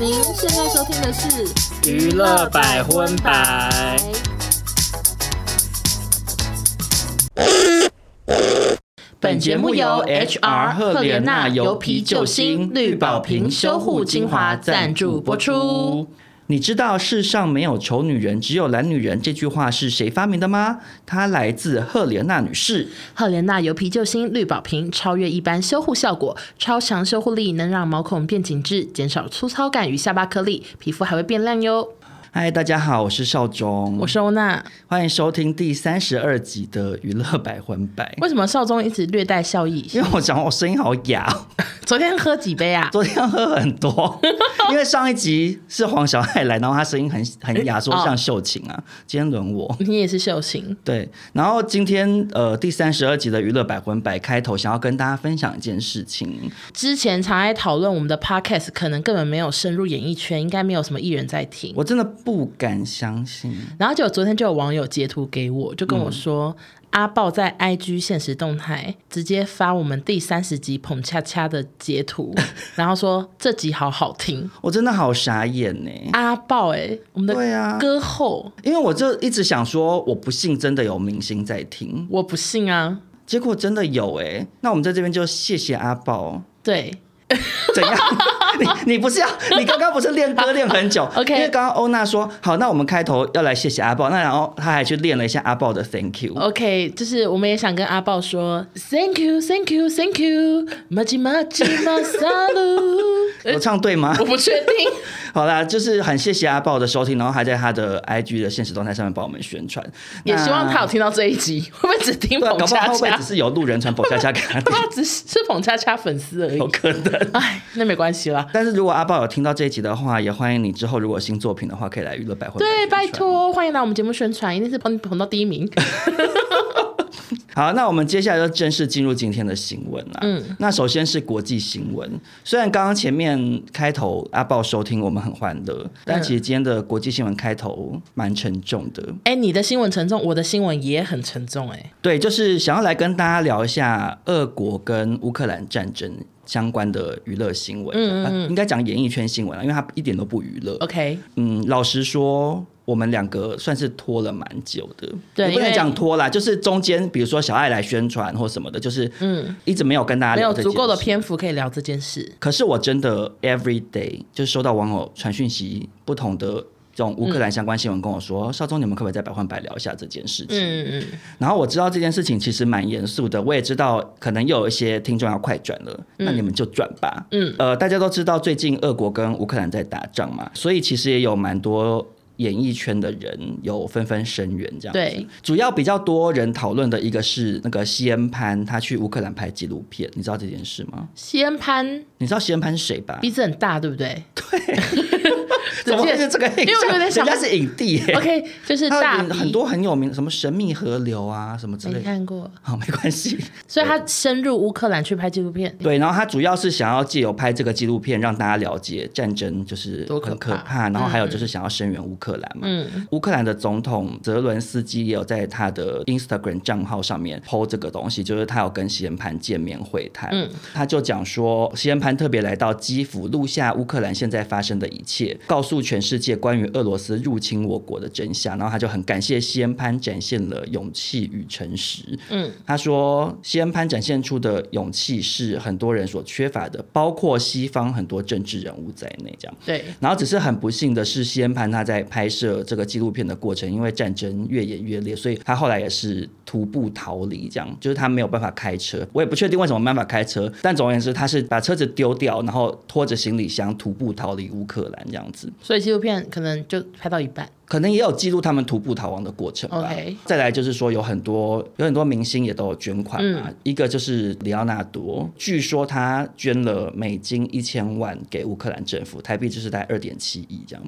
您现在收听的是《娱乐百分百》。本节目由 HR 赫莲娜油皮救星绿宝瓶修护精华赞助播出。你知道“世上没有丑女人，只有懒女人”这句话是谁发明的吗？它来自赫莲娜女士。赫莲娜油皮救星绿宝瓶超越一般修护效果，超强修护力能让毛孔变紧致，减少粗糙感与下巴颗粒，皮肤还会变亮哟。嗨，大家好，我是邵忠，我是欧娜。欢迎收听第三十二集的娱乐百分百。为什么少宗一直略带笑意？因为我讲我声音好哑哦， 昨天喝几杯啊？昨天喝 很多，因为上一集是黄小爱来，然后她声音很很哑，哦说像秀琴啊。今天轮我，你也是秀琴，对，然后今天呃第三十二集的娱乐百分百开头，想要跟大家分享一件事情，之前常爱讨论我们的 podcast 可能根本没有深入演艺圈，应该没有什么艺人在听。我真的不敢相信，然后就昨天就有网友截图给我，就跟我说、阿豹在 IG 现实动态直接发我们第三十集捧恰恰的截图， 然后说这集好好 听。我真的好傻眼呢、阿豹哎、我们对的啊歌后，因为我就一直想说，我不信真的有明星在听，我不信啊。结果真的有哎、那我们在这边就谢谢阿宝，对，怎样？ 你你不是要？你刚刚不是练歌练很久 OK 因为刚刚欧娜说好，那我们开头要来谢谢阿豹，那然后她还去练了一下阿豹的 Thank you。 OK，就是我们也想跟阿豹说 Thank you，Thank you，Thank you，Maji Maji Masalu。我唱对吗？ 我不确定，好啦，就是很谢谢阿豹的收听，然后还在他的 IG 的现实动态上面帮我们宣传，也希望他有那听到这一集，会不会只听嗯对啊，捧搞不好恰他会不会恰只？是有路人传捧恰恰给他听，他只是捧恰恰粉丝而已有。可能。 哎，那没关系啦。但是如果阿豹有听到这一集的话，也欢迎你之后如果有新作品的话，可以来娱乐百货。对，拜。托，欢迎来我们节目宣传，一定是捧你捧到第一名。好，那我们接下来就正式进入今天的新闻啦。嗯，那首先是国际新闻，虽然刚刚前面开头阿豹收听我们很欢乐，嗯但其实今天的国际新闻开头蛮沉重的。哎、你的新闻沉重，我的新闻也很沉重、哎，对，就是想要来跟大家聊一下俄国跟乌克兰战争相关的娱乐新闻，嗯应该讲演艺圈新闻啊，因为它一点都不娱乐。 OK，嗯，老实说，我们两个算是拖了蛮久的，对也不因能为讲拖啦，就是中间比如说小爱来宣传或什么的，就是嗯，一直没有跟大家没聊有这足够的件事。篇幅可以聊这件事。可是我真的 every day 就是收到网友传讯息，不同的这种乌克兰相关新闻跟我说，少宗你们可不可以再百换百聊一下这件事情？嗯嗯嗯，然后我知道这件事情其实蛮严肃的，我也知道可能又有一些听众要快转了，那你们就转吧。嗯，呃，大家都知道最近俄国跟乌克兰在打仗嘛，所以其实也有蛮多。演艺圈的人有纷纷声援，这样子对。主要比较多人讨论的一个是那个西恩潘，他去乌克兰拍纪录片，你知道这件事吗？西恩潘你知道西恩潘是谁吧？鼻子很大，对不对？怎直么接会是这个印因为我有象？点人想家是影 帝耶、 OK，就是他大有很鼻，多很有名，什么神秘河流啊，什么之没类的。看过，好，没关系。所以他深入乌克兰去拍纪录片。对，然后他主要是想要借由拍这个纪录片，让大家了解战争就是多可很可怕嗯怕，然后还有就是想要声援乌克兰嘛。乌克兰的总统泽伦斯基也有在他的 Instagram 账号上面 PO 这个东西，就是他有跟西恩潘见面会谈，嗯他就讲说西恩潘特别来到基辅，录下乌克兰现在发生的一切，告诉全世界关于俄罗斯入侵我国的真相。然后他就很感谢西恩潘展现了勇气与诚实，嗯他说，西恩潘展现出的勇气是很多人所缺乏的，包括西方很多政治人物在内，这样。对，然后只是很不幸的是，西恩潘他在拍摄这个纪录片的过程，因为战争越演越烈，所以他后来也是徒步逃离，这样就是他没有办法开车。我也不确定为什么没办法开车，但总而言之，他是把车子丢掉，然后拖着行李箱徒步逃离乌克兰这样子。所以纪录片可能就拍到一半。可能也有记录他们徒步逃亡的过程吧。 OK 再来就是说，有很多有很多明星也都有捐款嘛。嗯一个就是里奥纳多，据说他捐了美金一千万给乌克兰政府，台币就是大概二点七亿这样。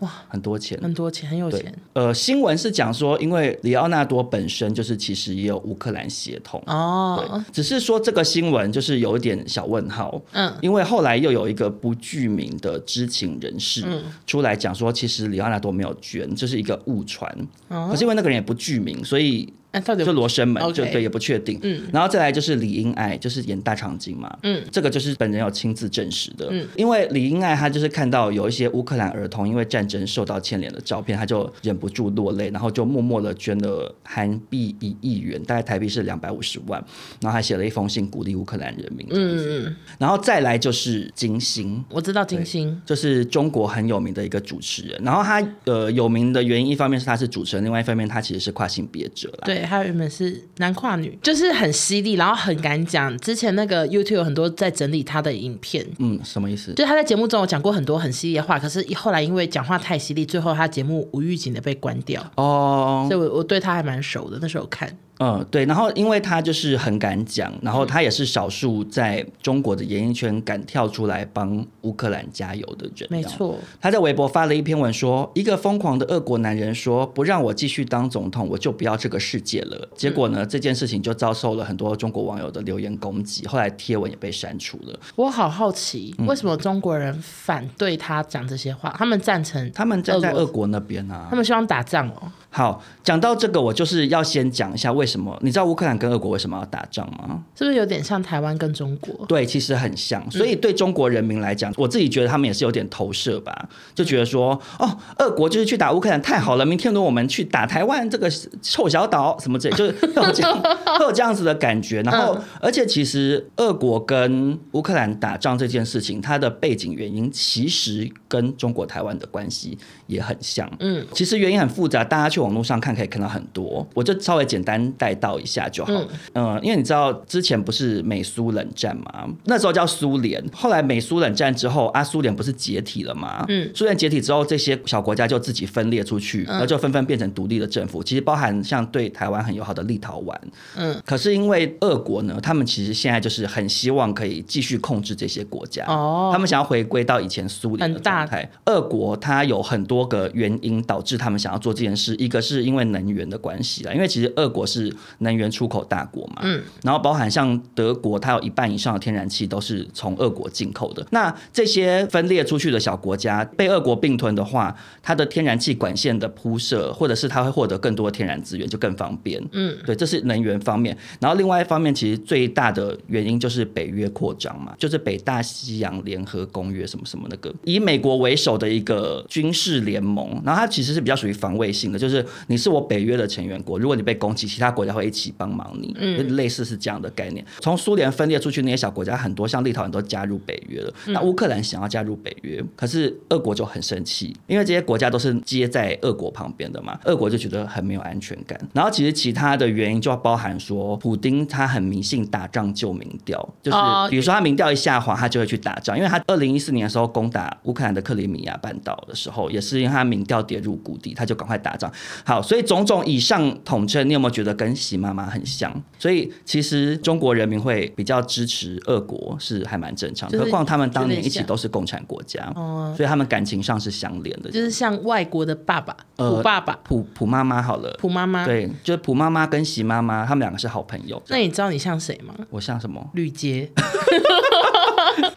哇，很多钱。很多钱，很有对钱，呃，新闻是讲说，因为里奥纳多本身就是其实也有乌克兰血统，哦。只是说这个新闻就是有一点小问号，嗯，因为后来又有一个不具名的知情人士嗯出来哦讲说，其实里奥纳多没有捐，这是一个误传。可是因为那个人也不具名，所以哎，到底就罗生门 OK 就对，也不确定。嗯然后再来就是李英爱，就是演大长今嘛，嗯这个就是本人有亲自证实的。嗯因为李英爱她就是看到有一些乌克兰儿童因为战争受到牵连的照片，她就忍不住落泪，然后就默默的捐了韩币一亿元，大概台币是两百五十万，然后还写了一封信鼓励乌克兰人民。嗯，嗯嗯，然后再来就是金星。我知道金星，就是中国很有名的一个主持人，然后他呃有名的原因，一方面是他是主持人，另外一方面他其实是跨性别者啦。对，她原本是男跨女，就是很犀利，然后很敢讲。之前那个 YouTube 有很多在整理她的影片，嗯，什么意思？就是她在节目中有讲过很多很犀利的话，可是后来因为讲话太犀利，最后她节目无预警的被关掉。哦，所以我我对她还蛮熟的，那时候有看。嗯，对，然后因为他就是很敢讲，然后他也是少数在中国的演艺圈敢跳出来帮乌克兰加油的人。没，错，他在微博发了一篇文说，一个疯狂的俄国男人说，不让我继续当总统，我就不要这个世界了。结果嗯呢，这件事情就遭受了很多中国网友的留言攻击，后来贴文也被删除了。我好好奇，嗯为什么中国人反对她讲这些话？他们赞成，他们站在俄罗俄斯国那边啊他。们希望打仗哦。好，讲到这个，我就是要先讲一下为什么，你知道乌克兰跟俄国为什么要打仗吗？是不是有点像台湾跟中国？对，其实很嗯像，所以对中国人民来讲，我自己觉得他们也是有点投射吧，就觉得说，哦，俄国就是去打乌克兰太好了，明天轮我们去打台湾这个臭小岛什么之类，就是会有这 样会有这样子的感觉。然嗯后，而且其实俄国跟乌克兰打仗这件事情，它的背景原因其实跟中国台湾的关系也很像。嗯，其实原因很复杂，大家去网络上看可以看到很多，我就稍微简单带到一下就好。嗯、因为你知道之前不是美苏冷战嘛，那时候叫苏联，后来美苏冷战之后啊，苏联不是解体了嘛？嗯苏联解体之后，这些小国家就自己分裂出去，然后就纷纷变成独立的政府。其实包含像对台湾很友好的立陶宛，嗯，可是因为俄国呢，他们其实现在就是很希望可以继续控制这些国家，哦他们想要回归到以前苏联的很大状态。俄国它有很多个原因导致他们想要做这件事，一个是因为能源的关系啦，因为其实俄国是能源出口大国嘛，嗯，然后包含像德国，它有一半以上的天然气都是从俄国进口的。那这些分裂出去的小国家被俄国并吞的话，它的天然气管线的铺设，或者是它会获得更多的天然资源，就更方便。嗯，对，这是能源方面。然后另外一方面，其实最大的原因就是北约扩张嘛，就是北大西洋联合公约什么什么那个，以美国为首的一个军事联盟。然后它其实是比较属于防卫性的，就是你是我北约的成员国，如果你被攻击，其他国家会一起帮忙你，嗯，类似是这样的概念。从苏联分裂出去那些小国家，很多像立陶宛都加入北约了，那乌克兰想要加入北约，可是俄国就很生气，因为这些国家都是接在俄国旁边的嘛，俄国就觉得很没有安全感。然后其实其他的原因就包含说，普丁他很迷信打仗救民调，就是哦比如说他民调一下滑，他就会去打仗，因为他二零一四年的时候攻打乌克兰的克里米亚半岛的时候，也是因为他民调跌入谷底，他就赶快打仗。好，所以种种以上统称，你有没有觉得跟喜妈妈很像？所以其实中国人民会比较支持俄国是还蛮正常的，就是何况他们当年一有点起像都是共产国家，哦所以他们感情上是相连的。就是像外国的爸爸、呃虎爸爸、普普妈妈好了，虎妈妈。，对，就是普妈妈跟喜妈妈，他们两个是好朋友。那你知道你像谁吗？我像什么？绿街，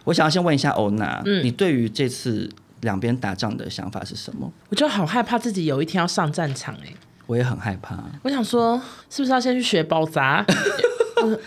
我想要先问一下欧娜，嗯你对于这次两边打仗的想法是什么？我就好害怕自己有一天要上战场哎、我也很害怕。我想说，是不是要先去学包 扎？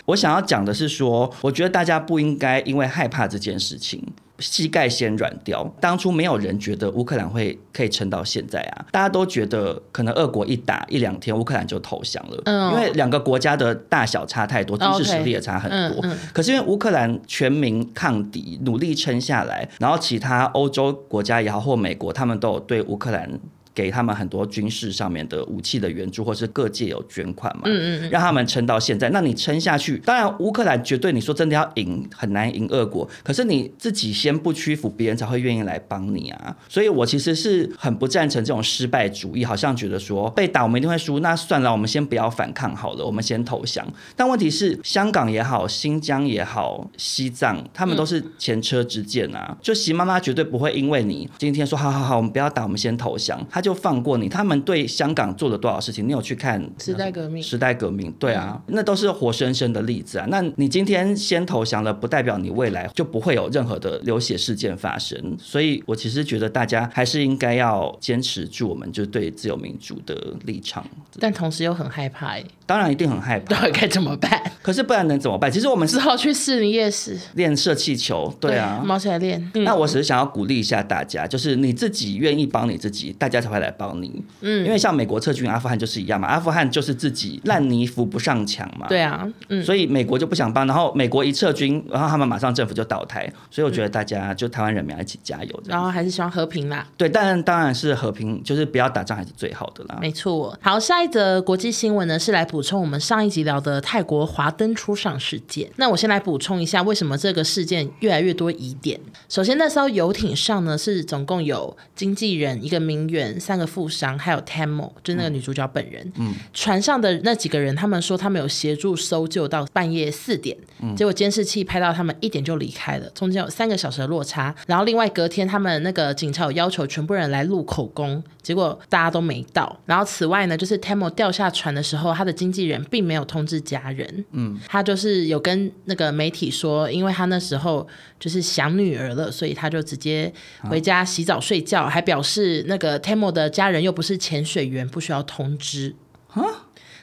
我想要讲的是说，我觉得大家不应该因为害怕这件事情。膝盖先软掉。当初没有人觉得乌克兰会可以撑到现在啊，大家都觉得可能俄国一打一两天，乌克兰就投降了，嗯哦因为两个国家的大小差太多，军事 OK 实力也差很多。嗯嗯可是因为乌克兰全民抗敌，努力撑下来，然后其他欧洲国家也好或美国，他们都有对乌克兰。给他们很多军事上面的武器的援助，或是各界有捐款嘛，嗯嗯嗯让他们撑到现在。那你撑下去，当然乌克兰绝对你说真的要赢很难赢俄国，可是你自己先不屈服，别人才会愿意来帮你啊。所以我其实是很不赞成这种失败主义，好像觉得说被打我们一定会输，那算了，我们先不要反抗好了，我们先投降。但问题是，香港也好，新疆也好，西藏，他们都是前车之鉴啊。就习妈妈绝对不会因为你今天说好好好，我们不要打，我们先投降，她他就放过你。他们对香港做了多少事情？你有去看时代革命时代革命，对啊，那都是活生生的例子啊。那你今天先投降了，不代表你未来就不会有任何的流血事件发生。所以我其实觉得大家还是应该要坚持住我们就是对自由民主的立场。但同时又很害怕、欸，当然一定很害到怕底，该怎么 办？可是不然能怎么办？其实我们只是好去士林夜市，练射气球，对啊。毛起来练。嗯那我只是想要鼓励一下大家，就是你自己愿意帮你自己，大家才会来帮你。嗯因为像美国撤军阿富汗就是一样嘛，阿富汗就是自己烂泥扶不上墙嘛。对啊，嗯，所以美国就不想帮，然后美国一撤军，然后他们马上政府就倒台，所以我觉得大家就台湾人民要一起加油这然样。后还是希望和平啦。对，但当然是和平，就是不要打仗还是最好的啦。没错，好，下一则国际新闻呢是来补充我们上一集聊的泰国华灯初上事件。那我先来补充一下，为什么这个事件越来越多疑点？首先，那艘游艇上呢是总共有经纪人、一个名媛、三个富商，还有 Tammo，就是那个女主角本人。嗯，船上的那几个人，他们说他们有协助搜救到半夜四点，结果监视器拍到他们一点就离开了，中间有三个小时的落差。然后另外隔天，他们那个警察有要求全部人来录口供，结果大家都没到。然后此外呢，就是 Tamo 掉下船的时候，他的经纪人并没有通知家人，嗯，他就是有跟那个媒体说，因为他那时候就是想女儿了，所以他就直接回家洗澡睡觉，还表示那个 Tamo 的家人又不是潜水员，不需要通知，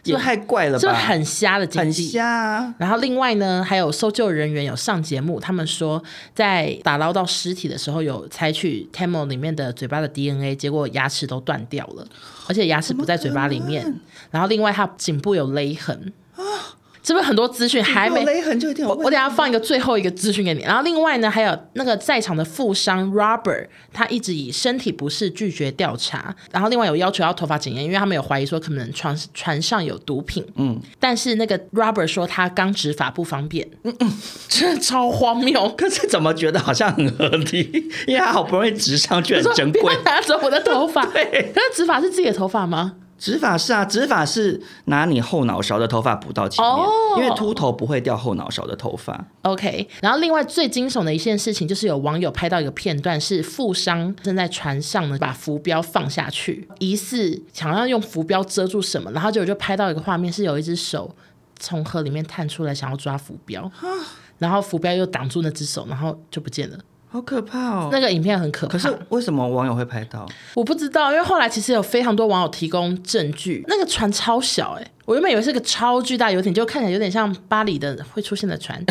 也太怪了吧？就很瞎的经很纪。瞎、啊。然后另外呢，还有搜救人员有上节目，他们说在打捞到尸体的时候，有采取 Tamo 里面的嘴巴的 DNA，结果牙齿都断掉了，而且牙齿不在嘴巴里面。然后另外他颈部有勒痕是不是很多资讯还没啊有？勒痕就一定有我问我等一下放一个最后一个资讯给你。然后另外呢，还有那个在场的富商 Robert，他一直以身体不适拒绝调查。然后另外有要求要头发检验，因为他们有怀疑说可能船船上有毒品。嗯，但是那个 Robert 说他刚执法不方便。嗯嗯， 真的超荒谬。可是怎么觉得好像很合理？因为他好不容易直上去，很 珍不贵要。拿走我的头 发。对可是执法是自己的头发吗？执法是啊，执法是拿你后脑勺的头发补到前面，哦因为秃头不会掉后脑勺的头发。 OK，然后另外最惊悚的一件事情就是有网友拍到一个片段，是富商正在船上呢，把浮标放下去，疑似想要用浮标遮住什么，然后结果就拍到一个画面，是有一只手从河里面探出来，想要抓浮标， 然后浮标又挡住那只手，然后就不见了。好可怕哦！那个影片很可怕，可是为什么网友会拍到？我不知道，因为后来其实有非常多网友提供证据，那个船超小哎、我原本以为是个超巨大游艇，就看起来有点像巴黎的会出现的船。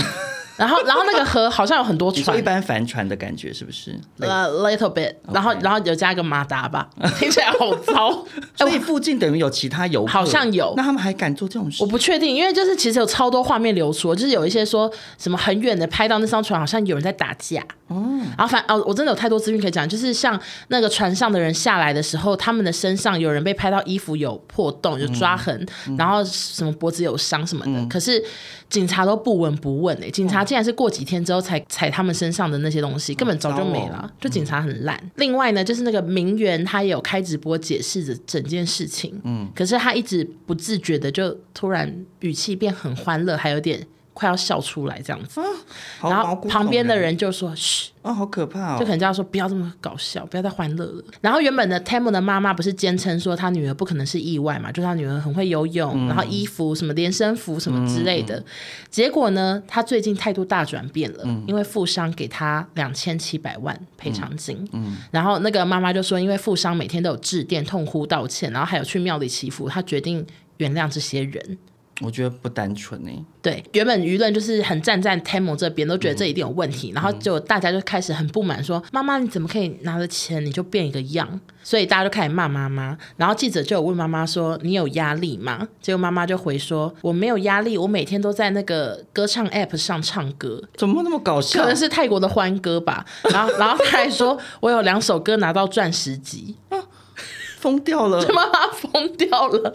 然后，然后那个河好像有很多你说船一，般帆船的感觉是不是？呃、little bit，然后然后有加一个马达 吧，听起来好糟。哎、所以我附近等于有其他游客，好像有那他们还敢做这种事我？不确定，因为就是其实有超多画面流出，就是有一些说什么很远的拍到那艘船好像有人在打架，然后反哦，我真的有太多资讯可以讲，就是像那个船上的人下来的时候，他们的身上有人被拍到衣服有破洞、嗯有抓痕，然后什么脖子有伤什么的，可是警察都不闻不问哎、警嗯察竟然是过几天之后才踩他们身上的那些东西，根本早就没了，就警察很嗯烂。另外呢，就是那个名媛她也有开直播解释着整件事情，嗯，可是她一直不自觉的就突然语气变很欢乐，还有点。快要笑出来这样子，好然毛后骨悚旁边的人就说：“嘘，啊、好可怕就可哦！能叫他说不要这么搞笑，不要再欢乐了。然后原本的 Tam 的妈妈不是坚称说她女儿不可能是意外嘛，就是她女儿很会游泳，然后衣服什么连身服什么之类的。结果呢，她最近态度大转变了，因为富商给她两千七百万赔偿金。然后那个妈妈就说，因为富商每天都有致电痛呼道歉，然后还有去庙里祈福，她决定原谅这些人。我觉得不单纯哎、对，原本舆论就是很站在 Tamo 这边，都觉得这一定有问嗯题，然后就大家就开始很不满说，妈妈你怎么可以拿了钱你就变一个样？所以大家就开始骂妈妈，然后记者就有问妈妈说你有压力吗？结果妈妈就回说我没有压力，我每天都在那个歌唱 App 上唱 歌，怎么那么搞笑？可能是泰国的欢歌吧。 然后然后他还说我有两首歌拿到钻石级，疯掉了。这 妈妈疯掉了。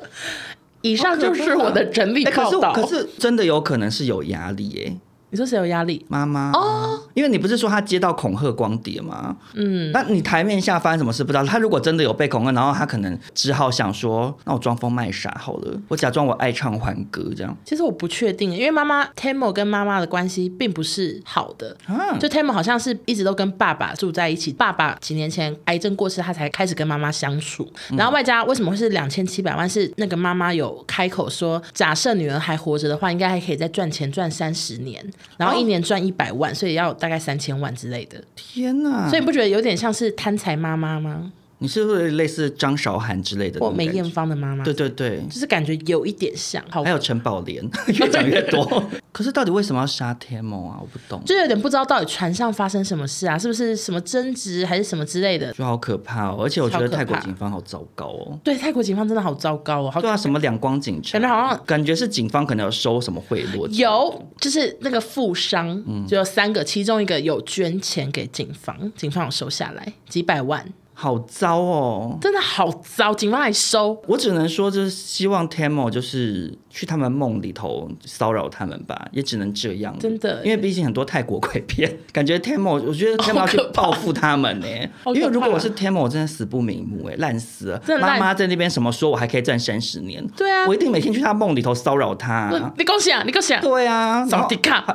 以上就是我的整理哎可报是道。可是真的有可能是有压力哎、你说谁有压力？妈妈哦，因为你不是说他接到恐吓光碟吗？嗯，那你台面下发生什么事不知道。他如果真的有被恐吓，然后他可能只好想说，那我装疯卖傻好了，我假装我爱唱欢歌这样。其实我不确定，因为妈妈 Tamo 跟妈妈的关系并不是好的，啊就 Tamo 好像是一直都跟爸爸住在一起，爸爸几年前癌症过世，他才开始跟妈妈相处。嗯然后外加为什么会是两千七百万？是那个妈妈有开口说，假设女儿还活着的话，应该还可以再赚钱赚三十年，然后一年赚一百万，所以要大概三千万之类的。天哪！所以你不觉得有点像是贪财妈妈吗？你是不是类似张韶涵之类的那或种梅感觉？艳芳的妈妈？对对对，就是感觉有一点像，好还，有陈宝莲， 越讲越多。哦 可是到底为什么要杀天梦啊？我不懂，就有点不知道到底船上发生什么事啊，是不是什么争执还是什么之类的？就好可怕哦！而且我觉超得可泰国怕警方好糟糕哦。对，泰国警方真的好糟糕哦，好对啊，什么两光警察，感觉好像感觉是警方可能有收什么贿赂。，有，就是那个富商，就有三个，其中一个有捐钱给警方，警方有收下来几百万，好糟哦！真的好糟，警方还收。我只能说，就是希望 Tamo 就是去他们梦里头骚扰他们吧，也只能这样。真的因为毕竟很多泰国鬼片，感觉 Tamo，我觉得好 Tamo 要可去怕报复他们呢、好可怕因为如果我是 Tamo，我真的死不瞑目哎、烂死了真。的烂妈妈在那边什么说我还可以赚三十年，对啊我一定每天去他梦里头骚扰那他。你恭喜啊，你恭喜啊，对啊，哎扫地 卡，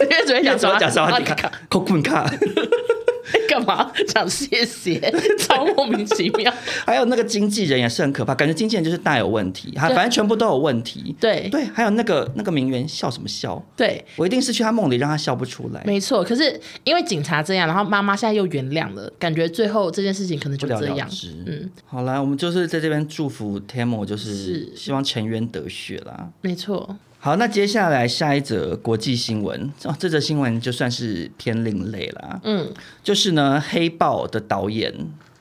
因为只会讲讲扫萨瓦瓦迪迪卡卡，，哎扣棍卡， 干嘛讲谢谢，超莫名其妙。还有那个经纪人也是很可怕，感觉经纪人就是大有问题，他对反正全部都有问题。对对，还有那个那个名媛笑什么笑？对，我一定是去他梦里让他笑不出来。没错，可是因为警察这样，然后妈妈现在又原谅了，感觉最后这件事情可能不就了这了样。之。嗯，好啦，我们就是在这边祝福 Tamo，就是是希望沉冤得雪啦。没错，好，那接下来下一则国际新闻，哦，这则新闻就算是偏另类啦。嗯，就是呢，《黑豹》的导演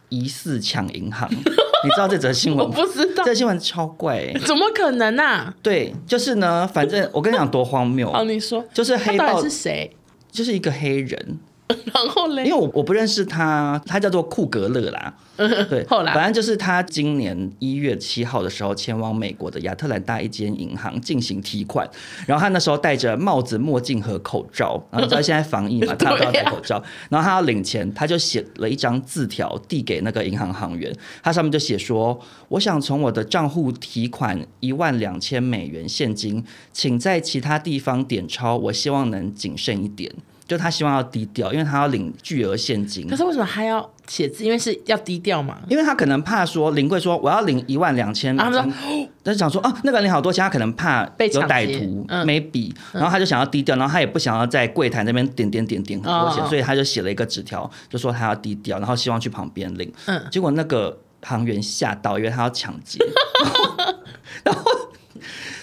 疑似抢银 行，你知道这则新我闻吗？不知道这，则新闻超怪、欸。怎么可能啊？对，就是呢，反正我跟你讲多荒 谬，哦好，你说，就是他哦黑到豹底是谁？就是一个黑人，然后嘞因为，我我不认识他，他叫做库格勒啦。对，嗯后来反正就是他今年一月七号的时候前往美国的亚特兰大一间银行进行提款，然后他那时候戴着帽子、墨镜和口罩，然后你知道现在防 疫嘛，啊大家都要戴口罩，然后他要领钱，他就写了一张字条递给那个银行行员，他上面就写说：“我想从我的账户提款一万两千美元现金，请在其他地方点钞，我希望能谨慎一点。”就他希望要低调，因为他要领巨额现金可。是为什么他要写字？因为是要低调嘛。因为他可能怕说临柜说我要领一万两千美啊他金们，但是想说啊那个领好多钱，他可能怕被有抢劫歹徒嗯 maybe，然后他就想要低调，然后他也不想要在柜台那边点点点点很多钱哦，哦所以他就写了一个纸条，就说他要低调，然后希望去旁边领。嗯结果那个行员吓到，因为他要抢 劫，然后。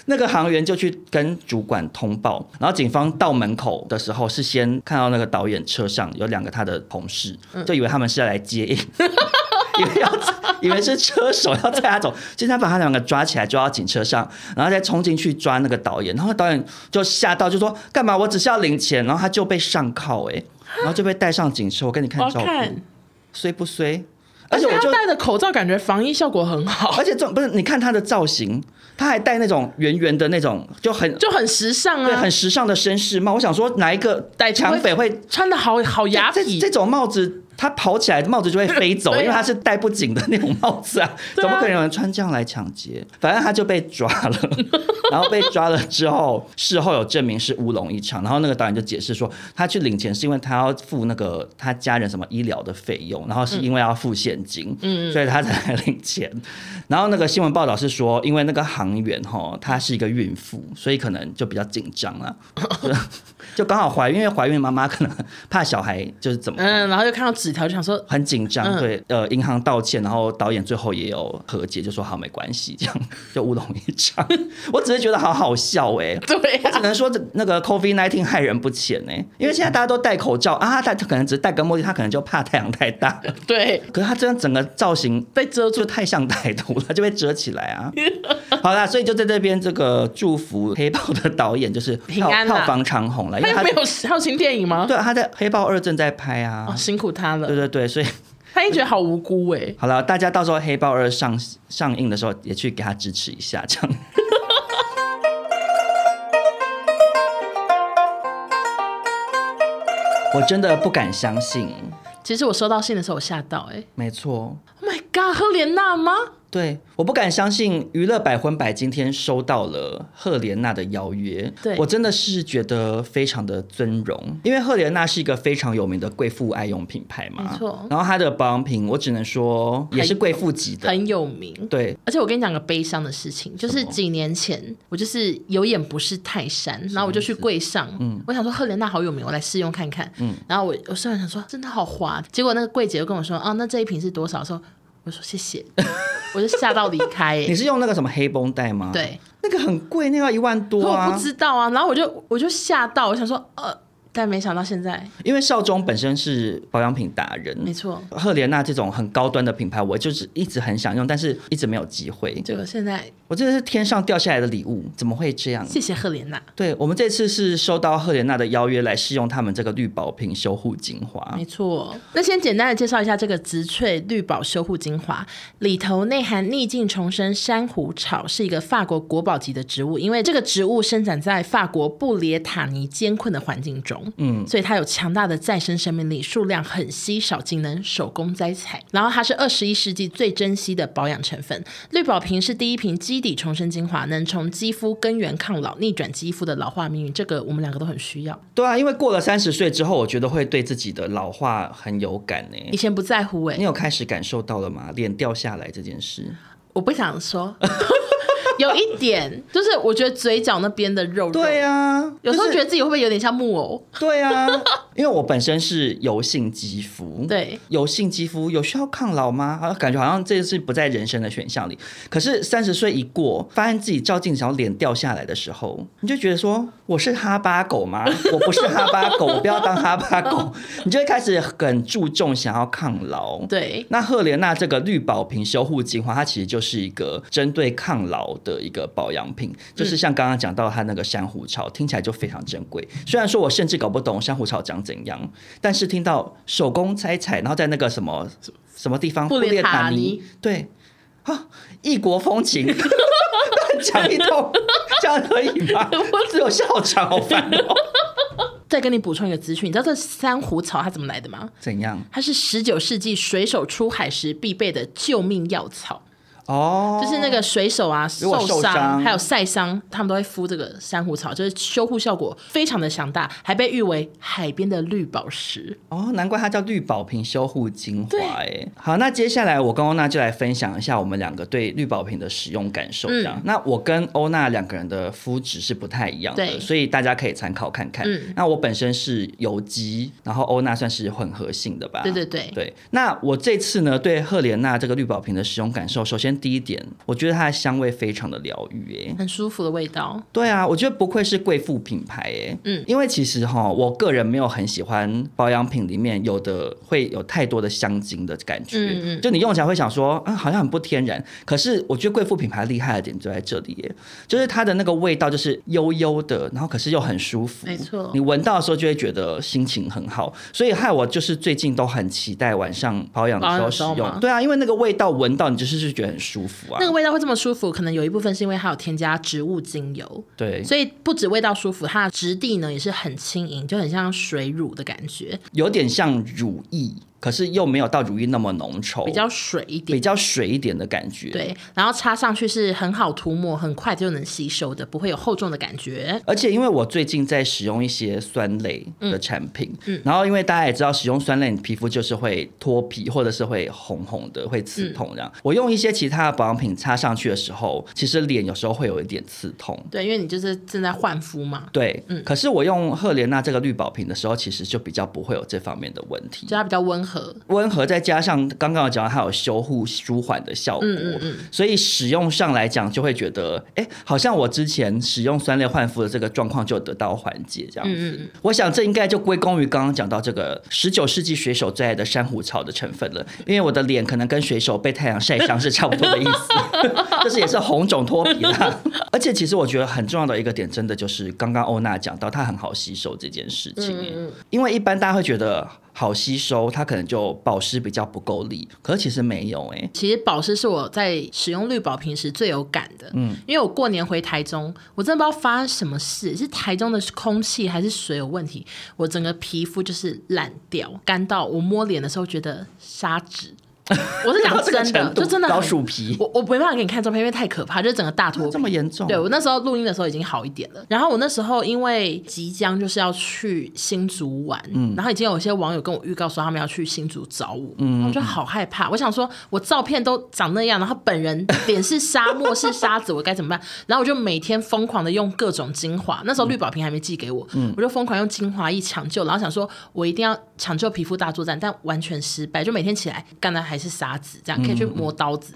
那个行员就去跟主管通报，然后警方到门口的时候是先看到那个导演车上有两个他的同事，嗯就以为他们是要来接应，以为要 以为是车手要载他走，现在把他两个抓起来抓到警车上，然后再冲进去抓那个导演，然后导演就吓到就说干嘛？我只是要领钱，然后他就被上铐 哎、欸然后就被带上警车。我给你看我要照片看，，衰不衰？而而且且我就哎他戴的口罩，感觉防疫效果很好，而且这种不是，你看他的造型，他还戴那种圆圆的那种，就很就很时尚对啊很，时尚的绅士帽。我想说，哪一个歹徒会抢匪会穿的好好雅这痞这。种帽子？他跑起来，帽子就会飞走，对啊因为他是戴不紧的那种帽子啊， 对啊怎么可能有人穿这样来抢劫？反正他就被抓了， 然后被抓了之后，事后有证明是乌龙一场，然后那个导演就解释说，他去领钱是因为他要付那个他家人什么医疗的费用，然后是因为要付现金，嗯所以他才来领钱。然后那个新闻报道是说，因为那个航员哈，她是一个孕妇，所以可能就比较紧张了， 就刚好怀孕，因为怀孕妈妈可能怕小孩就是怎么。嗯，然后就看到纸条，就想说 很紧张，嗯对，呃，银行道歉，然后导演最后也有和解，就说好没关系，这样就乌龙一场。 我只是觉得好好笑哎、对我啊只能说这那个 COVID nineteen 害人不浅呢、因为现在大家都戴口罩啊，他他可能只是戴个墨镜，他可能就怕太阳太大，对，可是他这样整个造型被遮就住。太像歹徒了，就被遮起来啊。 好啦，所以就在这边这个祝福黑豹的导演就是平票安啦票房长虹了，因他为有没他有还有新电影吗？对啊他在黑豹二正在拍啊。哦，辛苦他对了，对对，所以他一定觉得好无辜哎。好了，大家到时候《黑豹二上》上映的时候，也去给他支持一下，这样。 我真的不敢相信。其实我收到信的时候，我吓到、欸，哎没错， ，Oh my god，赫莲娜吗？对，我不敢相信娱乐百分百今天收到了赫莲娜的邀约，对我真的是觉得非常的尊荣，因为赫莲娜是一个非常有名的贵妇爱用品牌嘛，没错然后它的保养品，我只能说也是贵妇级的，很有名。对，而且我跟你讲个悲伤的事情，就是什么几年前我就是有眼不识泰山，然后我就去柜上，嗯我想说赫莲娜好有名，我来试用看看，然后我我虽然想说真的好滑，结果那个柜姐就跟我说，啊，那这一瓶是多少？的时候我说谢 谢，我就吓到离开、欸，你是用那个什么黑绷带吗？，对，那个很贵，那个要一万多可我啊，不知道啊，然后我就我就吓到，我想说呃，但没想到现在因为少中本身是保养品达人，没错，赫莲娜这种很高端的品牌，我就是一直很想用，但是一直没有机会。结果现在我真的是天上掉下来的礼物，怎么会这样？谢谢赫莲娜，对我们这次是收到赫莲娜的邀约来试用他们这个绿宝瓶修护精华没，错。那先简单的介绍一下这个植萃绿宝修护精华，里头内含逆境重生珊瑚草，是一个法国国宝级的植物，因为这个植物生长在法国布列塔尼艰困的环境中，嗯，所以它有强大的再生生命力，数量很稀少，仅能手工摘采。然后它是二十一世纪最珍惜的保养成分，绿宝瓶是第一瓶基底重生精华，能从肌肤根源抗老，逆转肌肤的老化命运，这个我们两个都很需要。对啊，因为过了三十岁之后，我觉得会对自己的老化很有感呢、以前不在乎哎、你有开始感受到了吗？脸掉下来这件事，我不想说， 有一点就是我觉得嘴角那边的肉肉，对啊，有时候就是觉得自己会不会有点像木偶？对啊，因为我本身是油性肌肤，对，油性肌肤有需要抗老吗？好像感觉好像这件事不在人生的选项里。可是三十岁一过，发现自己照镜子然后脸掉下来的时候，你就觉得说我是哈巴狗吗？我不是哈巴狗，我不要当哈巴狗。你就会开始很注重想要抗老。对，那赫莲娜这个绿宝瓶修护精华，它其实就是一个针对抗老的一个保养品，就是嗯像刚刚讲到它那个珊瑚草，听起来就非常珍贵。虽然说我甚至搞不懂珊瑚草长怎样，但是听到手工摘采，然后在那个什么什么地方布列塔尼，对啊，异国风情。 乱讲一通，这样可以 吗？只有笑场，好烦哦。再跟你补充一个资讯，你知道这珊瑚草它怎么来的吗？怎样？它是十九世纪水手出海时必备的救命药草，哦，就是那个水手啊如果受受伤还有晒伤，他们都会敷这个珊瑚草，就是修护效果非常的强大，还被誉为海边的绿宝石。哦，难怪它叫绿宝瓶修护精华哎。好，那接下来我跟欧娜就来分享一下我们两个对绿宝瓶的使用感受。这样，嗯那我跟欧娜两个人的肤质是不太一样对嗯的，所以大家可以参考看看。那我本身是油肌，然后欧娜算是混合性的吧？对对对啊对，那我这次呢对赫莲娜这个绿宝瓶的使用感受，首先第一点，我觉得它的香味非常的疗愈哎。很舒服的味道，对啊，我觉得不愧是贵妇品牌诶。嗯，因为其实哈，我个人没有很喜欢保养品里面有的会有太多的香精的感觉，嗯就你用起来会想说，啊，好像很不天然。可是我觉得贵妇品牌厉害的点就在这里耶，就是它的那个味道就是悠悠的，然后可是又很舒服，没错你闻到的时候就会觉得心情很好，所以害我就是最近都很期待晚上保养保养的的时时候候使用吗。对啊，因为那个味道闻到你就是是觉得很舒服啊。那个味道会这么舒服，可能有一部分是因为它有添加植物精油，对，所以不止味道舒服，它的质地呢也是很轻盈，就很像水乳的感觉，有点像乳液，可是又没有到乳液那么浓稠，比较水一哦比点。较水一点的感觉。。对，然后擦上去是很好涂抹，很快就能吸收的，不会有厚重的感觉。而且因为我最近在使用一些酸类的嗯产品，然后因为大家也知道，使用酸类，你皮肤就是会脱皮，或者是会红红的，会刺嗯痛这样。我用一些其他的保养品擦上去的时候，其实脸有时候会有一点刺痛。对，因为你就是正在换肤嘛，对，可是我用赫莲娜这个绿宝瓶的时候，其实就比较不会有这方面的问题。就它比较温和。温和，再加上刚刚有讲到它有修护舒缓的效果，所以使用上来讲就会觉得，哎，好像我之前使用酸类焕肤的这个状况就得到缓解这样子。我想这应该就归功于刚刚讲到这个十九世纪水手最爱的珊瑚草的成分了，因为我的脸可能跟水手被太阳晒伤是差不多的意思，就是也是红肿脱皮啦。而且其实我觉得很重要的一个点，真的就是刚刚欧娜讲到它很好吸收这件事情、诶因为一般大家会觉得好吸收，它可能就保湿比较不够力。可是其实没有哎、其实保湿是我在使用绿宝平时最有感的，嗯，因为我过年回台中，我真的不知道发生什么事，是台中的空气还是水有问题，我整个皮肤就是烂掉、干到，我摸脸的时候觉得砂纸。我是讲 到这个真的，程度就真的很老鼠皮我我没办法给你看照片，因为太可怕，就是整个大脱皮这么严重对我那时候录音的时候已经好一点了，然后我那时候因为即将就是要去新竹玩，然后已经有一些网友跟我预告说他们要去新竹找我，然后我就好害怕，我想说我照片都长那样，然后本人脸是沙漠是沙子，我该怎么办？然后我就每天疯狂的用各种精华，那时候绿宝瓶还没寄给我，我就疯狂用精华液抢救，然后想说我一定要抢救皮肤大作战，但完全失败，就每天起来干的还是沙子，这样可以去磨刀子。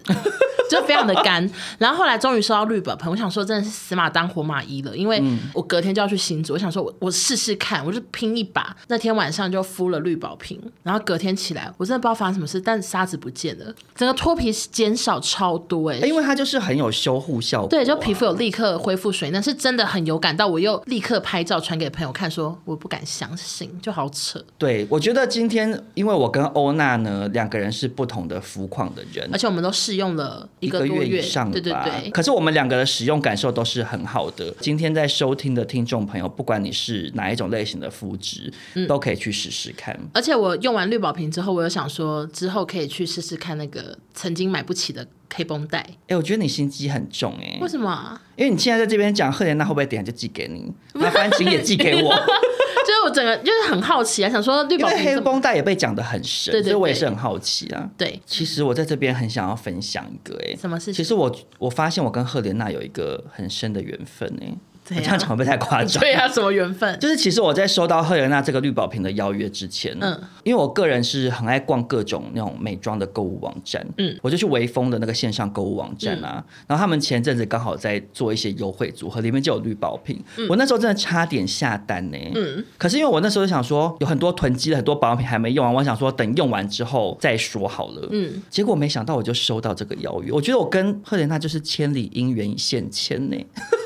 就非常的干。然后后来终于收到绿本盆，我想说真的是死马当活马医了，因为嗯我隔天就要去新竹，我想说我我试试看，我就拼一把。那天晚上就敷了绿宝瓶，然后隔天起来，我真的不知道发生什么事，但沙子不见了，整个脱皮减少超多哎、欸因为它就是很有修护效果啊、对，就皮肤有立刻恢复水嫩，是真的很有感到，我又立刻拍照传给朋友看，说我不敢相信，就好扯。对，我觉得今天因为我跟欧娜呢两个人是不同的肤况的人而，且我们都试用了一个个多以上了对对吧对，可是我们两个的使用感受都是很好的。今天在收听的听众朋友，不管你是哪一种类型的肤质，嗯都可以去试试看。而且我用完绿宝瓶之后，我有想说之后可以去试试看那个曾经买不起的黑绷带，哎、我觉得你心机很重哎、为什么啊？因为你现在在这边讲赫莲娜，会不会等一下就寄给 你？麻烦请也寄给我，就是我整个 就是很好奇啊，想说绿因宝为瓶黑怎么绷带也被讲得很深，对对所以我也对是很好奇啊。对其实我在这边很想要分享一个哎、什么事其情？实我我发现我跟赫莲娜有一个很深的缘分哎、怎我这样样讲会不会太夸张？ 对啊，什么缘分？就是其实我在收到赫莲娜这个绿宝瓶的邀约之前， 嗯嗯，因为我个人是很爱逛各种那种美妆的购物网站，嗯嗯，我就去微风的那个线上购物网站啊，然后他们前阵子刚好在做一些优惠组合，里面就有绿宝瓶，我那时候真的差点下单呢、嗯嗯，可是因为我那时候就想说有很多囤积了很多保养品还没用完，我想说等用完之后再说好了，嗯，嗯，结果没想到我就收到这个邀约，我觉得我跟赫莲娜就是千里姻缘一线牵呢、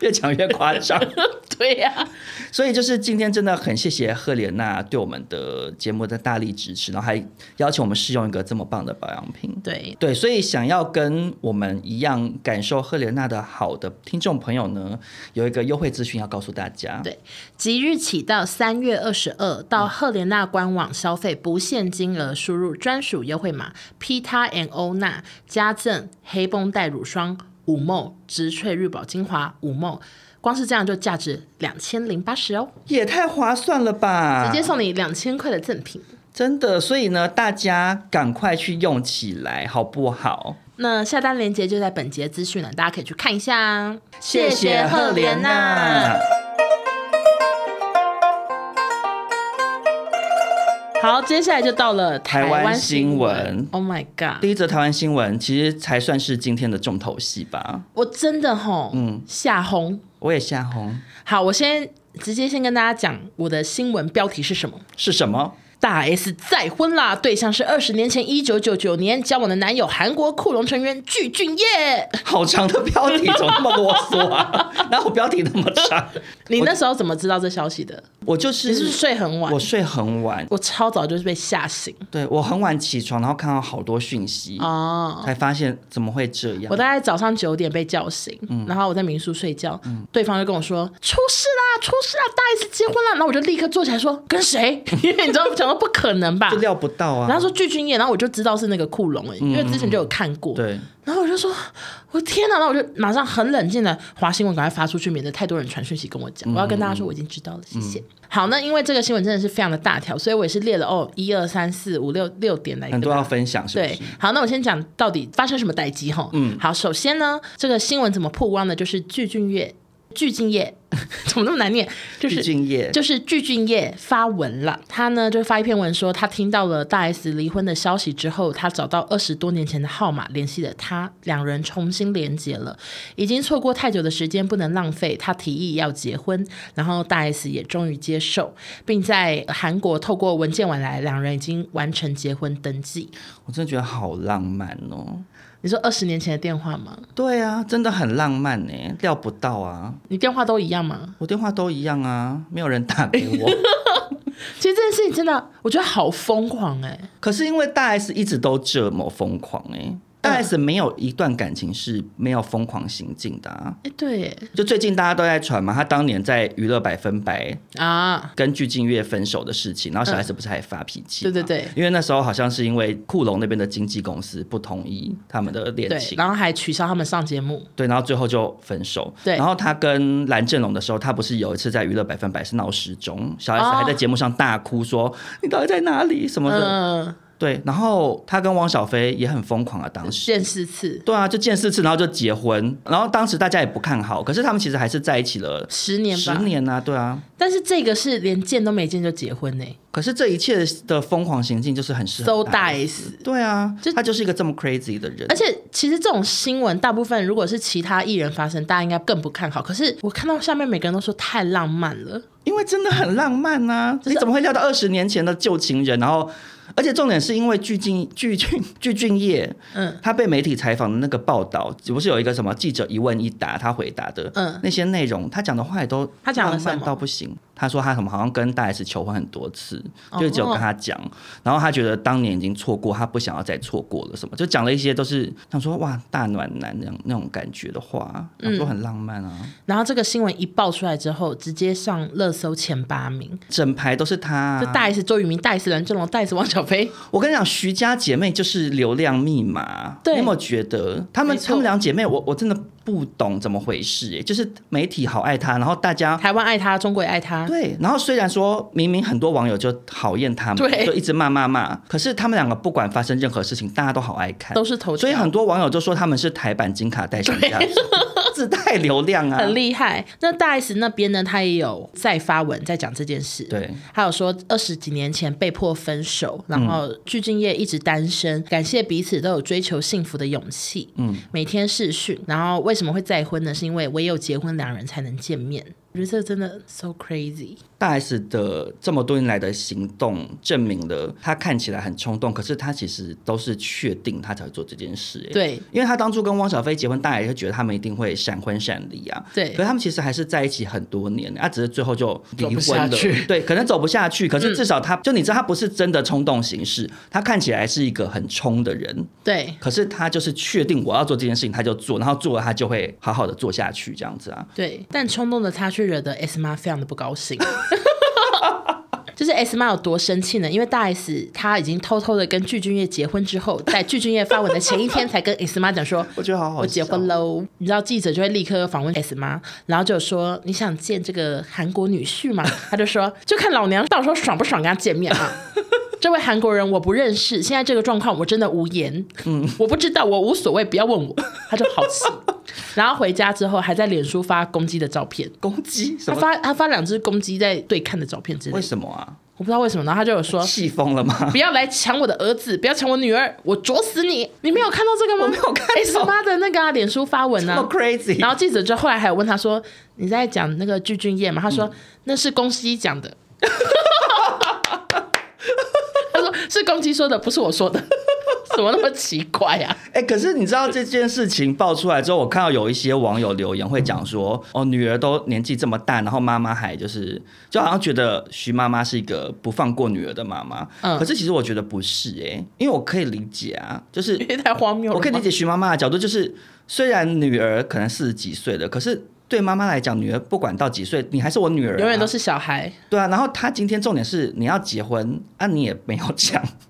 越讲越夸张。对啊呀、所以就是今天真的很谢谢赫莲娜对我们的节目的大力支持，然后还邀请我们试用一个这么棒的保养品。对，对，所以想要跟我们一样感受赫莲娜的好的听众朋友呢，有一个优惠资讯要告诉大家。对即日起到三月二十二，到赫莲娜官网消费不限金额，输入专属优惠码 Pita and Ona 加赠黑绷带乳霜五梦植萃日宝精华五梦，光是这样就价值两千零八十哦，也太划算了吧！直接送你两千块的赠品。真的，所以呢，大家赶快去用起来，好不好？那下单链接就在本节资讯了，大家可以去看一下啊。谢赫莲娜。好，接下来就到了台湾湾新闻 Oh my god！第一则台湾新闻其实才算是今天的重头戏吧。我真的吼，嗯，吓红。我也下红好，我先直接先跟大家讲我的新闻标题是什么。是什么？大 S 再婚啦，对象是二十年前一九九九年交往的男友韩国酷龙成员具俊晔。好长的标题，怎么那么啰嗦啊？ 哪有标题那么长？你那时候怎么知道这消息的？我就你是不是是睡很晚？我睡很晚，我超早就是被吓醒对我很晚起床，然后看到好多讯息，哦。才发现怎么会这样我。大概早上九点被叫醒，嗯然后我在民宿睡觉，对方就跟我说出事啦，出事啦，大 S 结婚啦，然后我就立刻坐起来说跟谁？ 因为你知道，想说不可能吧就。料不到然后他啊！说具俊晔，然后我就知道是那个库龙、欸，因为之前就有看过。对，然后我就说，我天哪！然后我就马上很冷静的划新闻，赶快发出去，免得太多人传讯息跟我讲。嗯我要跟大家说，我已经知道了，谢谢。好，那因为这个新闻真的是非常的大条，所以我也是列了哦，一二三四五六六点来跟很多大家要分享，是不对是？，好，那我先讲到底发生什么代机哈。嗯，好，首先呢，这个新闻怎么曝光的？就是具俊晔， 具俊晔怎么那么难念？就具是俊晔就是具俊晔发文了，他呢就发一篇文说，他听到了大 S 离婚的消息之后，他找到二十多年前的号码联系了他，两人重新连接了。已经错过太久的时间不能浪费，他提议要结婚，然后大 S 也终于接受，并在韩国透过文件往来，两人已经完成结婚登记。我真的觉得好浪漫哦。你说二十年前的电话吗？对啊，真的很浪漫呢、料不到啊！你电话都一样吗？ 我电话都一样啊，没有人打给我。其实这件事情真的，我觉得好疯狂哎、可是因为大 S 一直都这么疯狂哎、大 S 没有一段感情是没有疯狂行径的啊。哎，对耶就最近大家都在传嘛，她当年在娱乐百分百啊，跟具静月分手的事情，然后小 S 不是还发脾气、嗯对对对，因为那时候好像是因为库龙那边的经纪公司不同意他们的恋对，情，然后还取消他们上节目，对，然后最后就分手。对然后他跟蓝正龙的时候，他不是有一次在娱乐百分百是闹失踪，小 S 哦还在节目上大哭说：“你到底在哪里？”什么的。嗯，对，然后他跟汪小菲也很疯狂啊，当时。见四次，对啊，就见四次，然后就结婚，然后当时大家也不看好，可是他们其实还是在一起了十年十吧，年啊，对啊。但是这个是连见都没见就结婚呢、可是这一切的疯狂行径就是很适合 so 大 nice。对啊就，他就是一个这么 crazy 的人而。且其实这种新闻，大部分如果是其他艺人发生，大家应该更不看好。可是我看到下面每个人都说太浪漫了，因为真的很浪漫呐、你怎么会料到二十年前的旧情人？然后，而且重点是因为具俊具俊 具俊晔，嗯，他被媒体采访的那个报道，不是有一个什么记者一问一答，他回答的，嗯那些内容，他讲的话也都他讲了浪漫什么到不行。他说他什么好像跟大 S 求婚很多次，哦就只有跟他讲，然后他觉得当年已经错过，他不想要再错过了，什么就讲了一些都是想说哇大暖男那样那种感觉的话，嗯想说很浪漫啊，然后这个新闻一爆出来之后，直接上热搜前八名，整排都是他啊、就大 S、周渝民、大 S、蓝正龙、大 S、王小飞，我跟你讲，徐家姐妹就是流量密码。对你有没有觉得她们没错她们两姐妹，我我真的不懂怎么回事耶、就是媒体好爱她，然后大家。台湾爱他，中国也爱他，对，然后虽然说明明很多网友就讨厌她们，对就一直骂骂骂，可是她们两个不管发生任何事情，大家都好爱看，都是头条所以很多网友就说她们是台版金卡带上家族， 自带流量啊，很厉害。那大 S 那边呢，她也有在发文在讲这件事，对，嗯还有说二十几年前被迫分手，然后具俊晔一直单身，感谢彼此都有追求幸福的勇气，嗯，每天视讯，然后为什么会再婚呢？是因为唯有结婚两人才能见面。我觉得这真的 so crazy，大 S 的这么多年来的行动，证明了她看起来很冲动，可是她其实都是确定她才会做这件事、欸。对因为她当初跟汪小菲结婚，大家也是觉得他们一定会闪婚闪离啊。对可是他们其实还是在一起很多年，啊，只是最后就走离不婚下了去。 嗯对，可能走不下去，可是至少她、就你知道，她不是真的冲动行事，她看起来是一个很冲的人，对可是她就是确定我要做这件事情，她就做，然后做了她就会好好的做下去，这样子啊。对，但冲动的她却惹得 S 妈非常的不高兴。 就是 S 妈有多生气呢？因为大 S 她已经偷偷的跟具俊晔结婚之后，在具俊晔发文的前一天才跟 S 妈讲说，我觉得好好笑，哦我结婚喽。你知道记者就会立刻访问嗯 S 妈，然后就说你想见这个韩国女婿吗？ 他就说就看老娘到时候爽不爽跟他见面 啊。这位韩国人我不认识，现在这个状况我真的无言。嗯，我不知道，我无所谓，不要问 我。他就好气，然后回家之后还在脸书发公鸡的照片， 攻击什他么？发他发两只公鸡在对看的照片之类为的，什么啊？我不知道为什么。然后他就有说。气疯了吗不？要来抢我的儿子，不要抢我女儿，我啄死你！你没有看到这个吗？我没有看到 S 妈的那个啊，脸书发文那啊 么，crazy，然后记者就后来还有问他说：“你在讲那个具俊晔吗？”他嗯说：“那是公司讲的。” 他说：“是公鸡说的，不是我说的。” 怎么那么奇怪啊呀、哎、可是你知道这件事情爆出来之后，我看到有一些网友留言会讲说，哦，女儿都年纪这么大，然后妈妈还就是，就好像觉得徐妈妈是一个不放过女儿的妈妈。嗯可是其实我觉得不是哎、因为我可以理解啊，就是 因为太荒谬了。我可以理解徐妈妈的角度，就是虽然女儿可能四十几岁了，可是对妈妈来讲，女儿不管到几岁，你还是我女儿啊、永远都是小孩。对啊，然后他今天重点是你要结婚 啊，你也没有讲，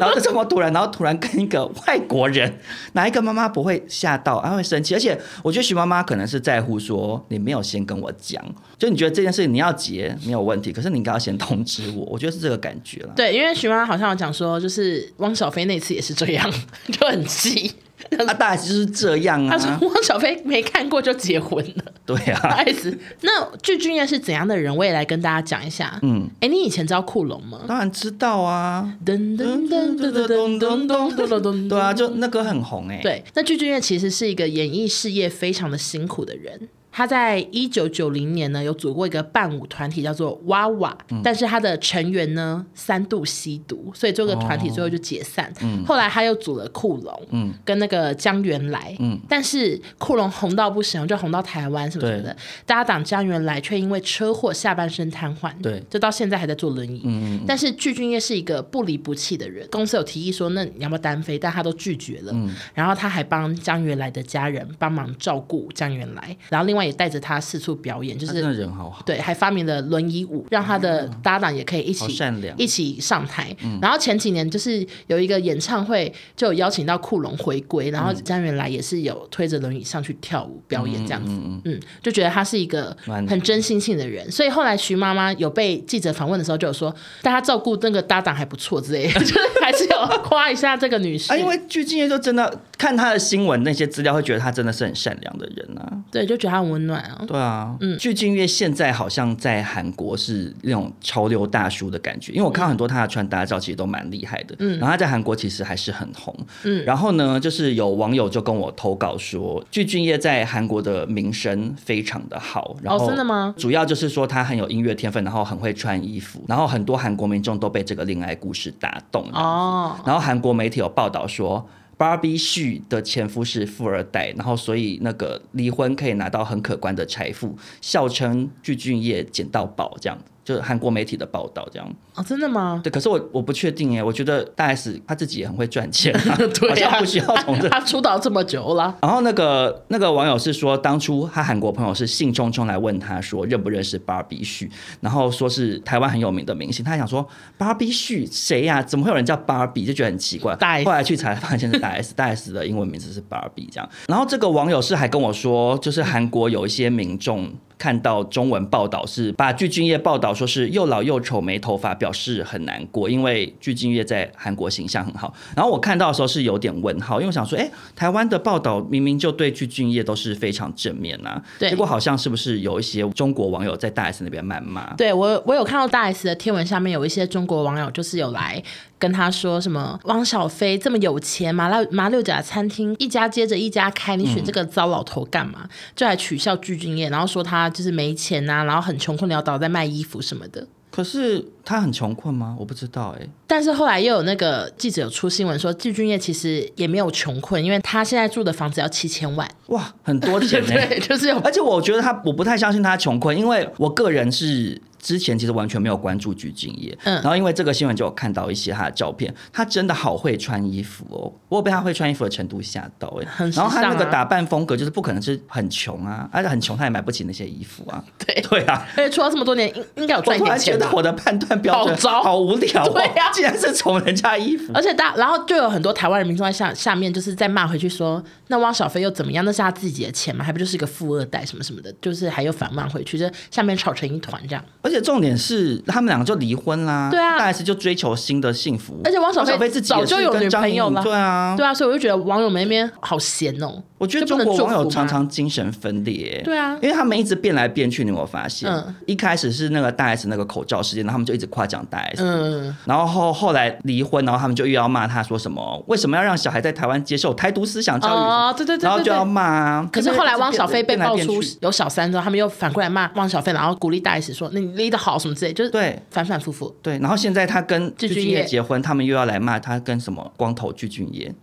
然后就这么突然，然后突然跟一个外国人， 哪一个妈妈不会吓到，啊会生气？而且我觉得徐妈妈可能是在乎说你没有先跟我讲，就你觉得这件事情你要结没有问题，可是你应该要先通知我，我觉得是这个感觉啦。对，因为徐妈妈好像有讲说，就是汪小菲那次也是这样， 就很气。啊，大概就是这样他说啊，汪小菲没看过就结婚了， 对 啊，爱死。那具俊晔是怎样的人？我也来跟大家讲一下。嗯，哎，你以前知道库龙吗？当然知道啊，噔噔噔噔噔噔噔噔噔噔，对啊，就那歌很红哎、对，那具俊晔其实是一个演艺事业非常的辛苦的人，他在一九九零年呢有组过一个伴舞团体，叫做娃娃，嗯但是他的成员呢三度吸毒，所以这个团体最后就解散。后来他又组了库龙，嗯跟那个江原来，嗯但是库龙红到不行，就红到台湾什么什么的。搭档江原来却因为车祸下半身瘫痪，对就到现在还在坐轮椅。嗯嗯但是具俊晔是一个不离不弃的人，公司有提议说，那你要不要单飞？但他都拒绝嗯了。然后他还帮江原来的家人帮忙照顾江原来，然后另外也带着他四处表演，就他是真的人好好，对，还发明了轮椅舞，让他的搭档也可以一起、好善良一起上台。然后前几年就是有一个演唱会，就有邀请到库龙回归，然后江原来也是有推着轮椅上去跳舞表演这样子。嗯就觉得他是一个蛮很真性情的人，所以后来徐妈妈有被记者访问的时候就有说，但她照顾那个搭档还不错之类的， 就是还是有夸一下这个女士。啊，因为具俊晔就真的看他的新闻那些资料，会觉得他真的是很善良的人啊。对，就觉得她很温暖啊。对啊，嗯，具俊晔现在好像在韩国是那种潮流大叔的感觉，因为我看到很多他的穿搭照，其实都蛮厉害的。嗯，然后他在韩国其实还是很红。嗯，然后呢，就是有网友就跟我投稿说，具俊晔在韩国的名声非常的好。然后真的吗主要就是说他很有音乐天分，然后很会穿衣服，然后很多韩国民众都被这个恋爱故事打动。啊哦，然后韩国媒体有报道说。Barbie Xu 的前夫是富二代，然后所以那个离婚可以拿到很可观的财富，笑称具俊晔捡到宝，这样就是韩国媒体的报道这样。哦，真的吗？对，可是我我不确定耶，我觉得大 S 她自己也很会赚钱、啊， 对好啊，。像不需要从这她出道这么久了，然后那个那个网友是说，当初他韩国朋友是兴冲冲来问他说认不认识 Barbie Xu，然后说是台湾很有名的明星，他还想说 Barbie Xu 谁呀、怎么会有人叫 Barbie？就觉得很奇怪。大 S 后来去查发现是大 S，大 S 的英文名字是 Barbie 这样。然后这个网友是还跟我说，就是韩国有一些民众。看到中文报道是把具俊晔报道说是又老又丑没头发，表示很难过，因为具俊晔在韩国形象很好。然后我看到的时候是有点问号，因为我想说，哎，台湾的报道明明就对具俊晔都是非常正面啊，对结果好像是不是有一些中国网友在大 S 那边谩骂？对我，我有看到大 S 的贴文下面有一些中国网友就是有来跟他说什么汪小菲这么有钱，麻辣麻六甲餐厅一家接着一家开，你选这个糟老头干嘛？就来取笑具俊晔，然后说他就是没钱呐、然后很穷困潦倒在卖衣服什么的。可是他很穷困吗？我不知道哎、但是后来又有那个记者有出新闻说，具俊晔其实也没有穷困，因为他现在住的房子要七千万，哇，很多钱哎、 对，就是有而且我觉得他，我不太相信他穷困，因为我个人是之前其实完全没有关注鞠婧祎，嗯然后因为这个新闻就有看到一些他的照片，他真的好会穿衣服哦，我有被他会穿衣服的程度吓到哎、很时然后他那个尚啊打扮风格就是不可能是很穷啊，而且很穷他也买不起那些衣服啊，对对啊。而且出道这么多年，应应该有我赚一突点然觉钱得吧。我的判断标准好糟好无聊、哦， 对啊竟然是从人家衣服。而且大，然后就有很多台湾人民众在下下面就是在骂回去说，那汪小菲又怎么样？那是他自己的钱嘛，还不就是个富二代什么什么的，就是还有反骂回去，就下面吵成一团这样。而且重点是，他们两个就离婚啦，对啊大 S 就追求新的幸福，而且汪小菲菲自己也早就是有跟女张朋友颖了对啊，对啊，所以我就觉得网友们那边好闲哦。我觉得就中不能国祝网友福常吗常精神分裂，对啊因为他们一直变来变去，你有没有发现？嗯一开始是那个大 S 那个口罩事件，然后他们就一直夸奖大 S，、嗯，然后后后来离婚，然后他们就又要骂他说什么为什么要让小孩在台湾接受台独思想教育什么，哦，对对对然后对就要对。骂啊。可是后来汪小菲被变来爆变出去有小三之后，他们又反过来骂汪小菲，然后鼓励大 S 说：“那你立的好什么之类，就是对反反复复。对，然后现在他跟具具俊俊晔晔结婚，他们又要来骂他跟什么光头具俊 晔，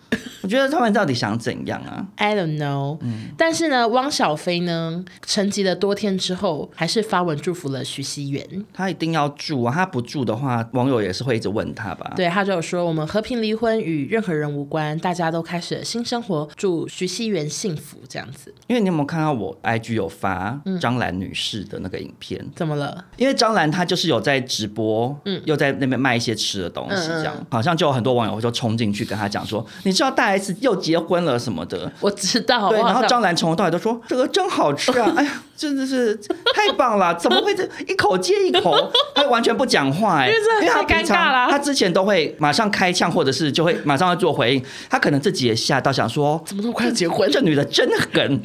我觉得他们到底想怎样啊？ I don't know，、但是呢，汪小菲呢沉寂了多天之后，还是发文祝福了徐熙媛。他一定要住啊，他不住的话，网友也是会一直问他吧？对，他就有说我们和平离婚与任何人无关，大家都开始了新生活，祝徐熙媛幸福这样子。因为你有没有看到我 IG 有发张兰女士的那个影片？怎么了？因为张兰她就是有在直播，嗯，又在那边卖一些吃的东西，这样、好像就有很多网友就冲进去跟她讲说，你知道大 S 又结婚了什么的。我知道，对，我好然后像张兰从头到尾都说这个真好吃啊！哎呀，真的是太棒了，怎么会这一口接一口？她完全不讲话哎、因为这因为她太尴平常尬了她之前都会马上开腔，或者是就会马上要做回应。她可能自己也吓到，想说怎么那么快要结婚 这？女的真狠。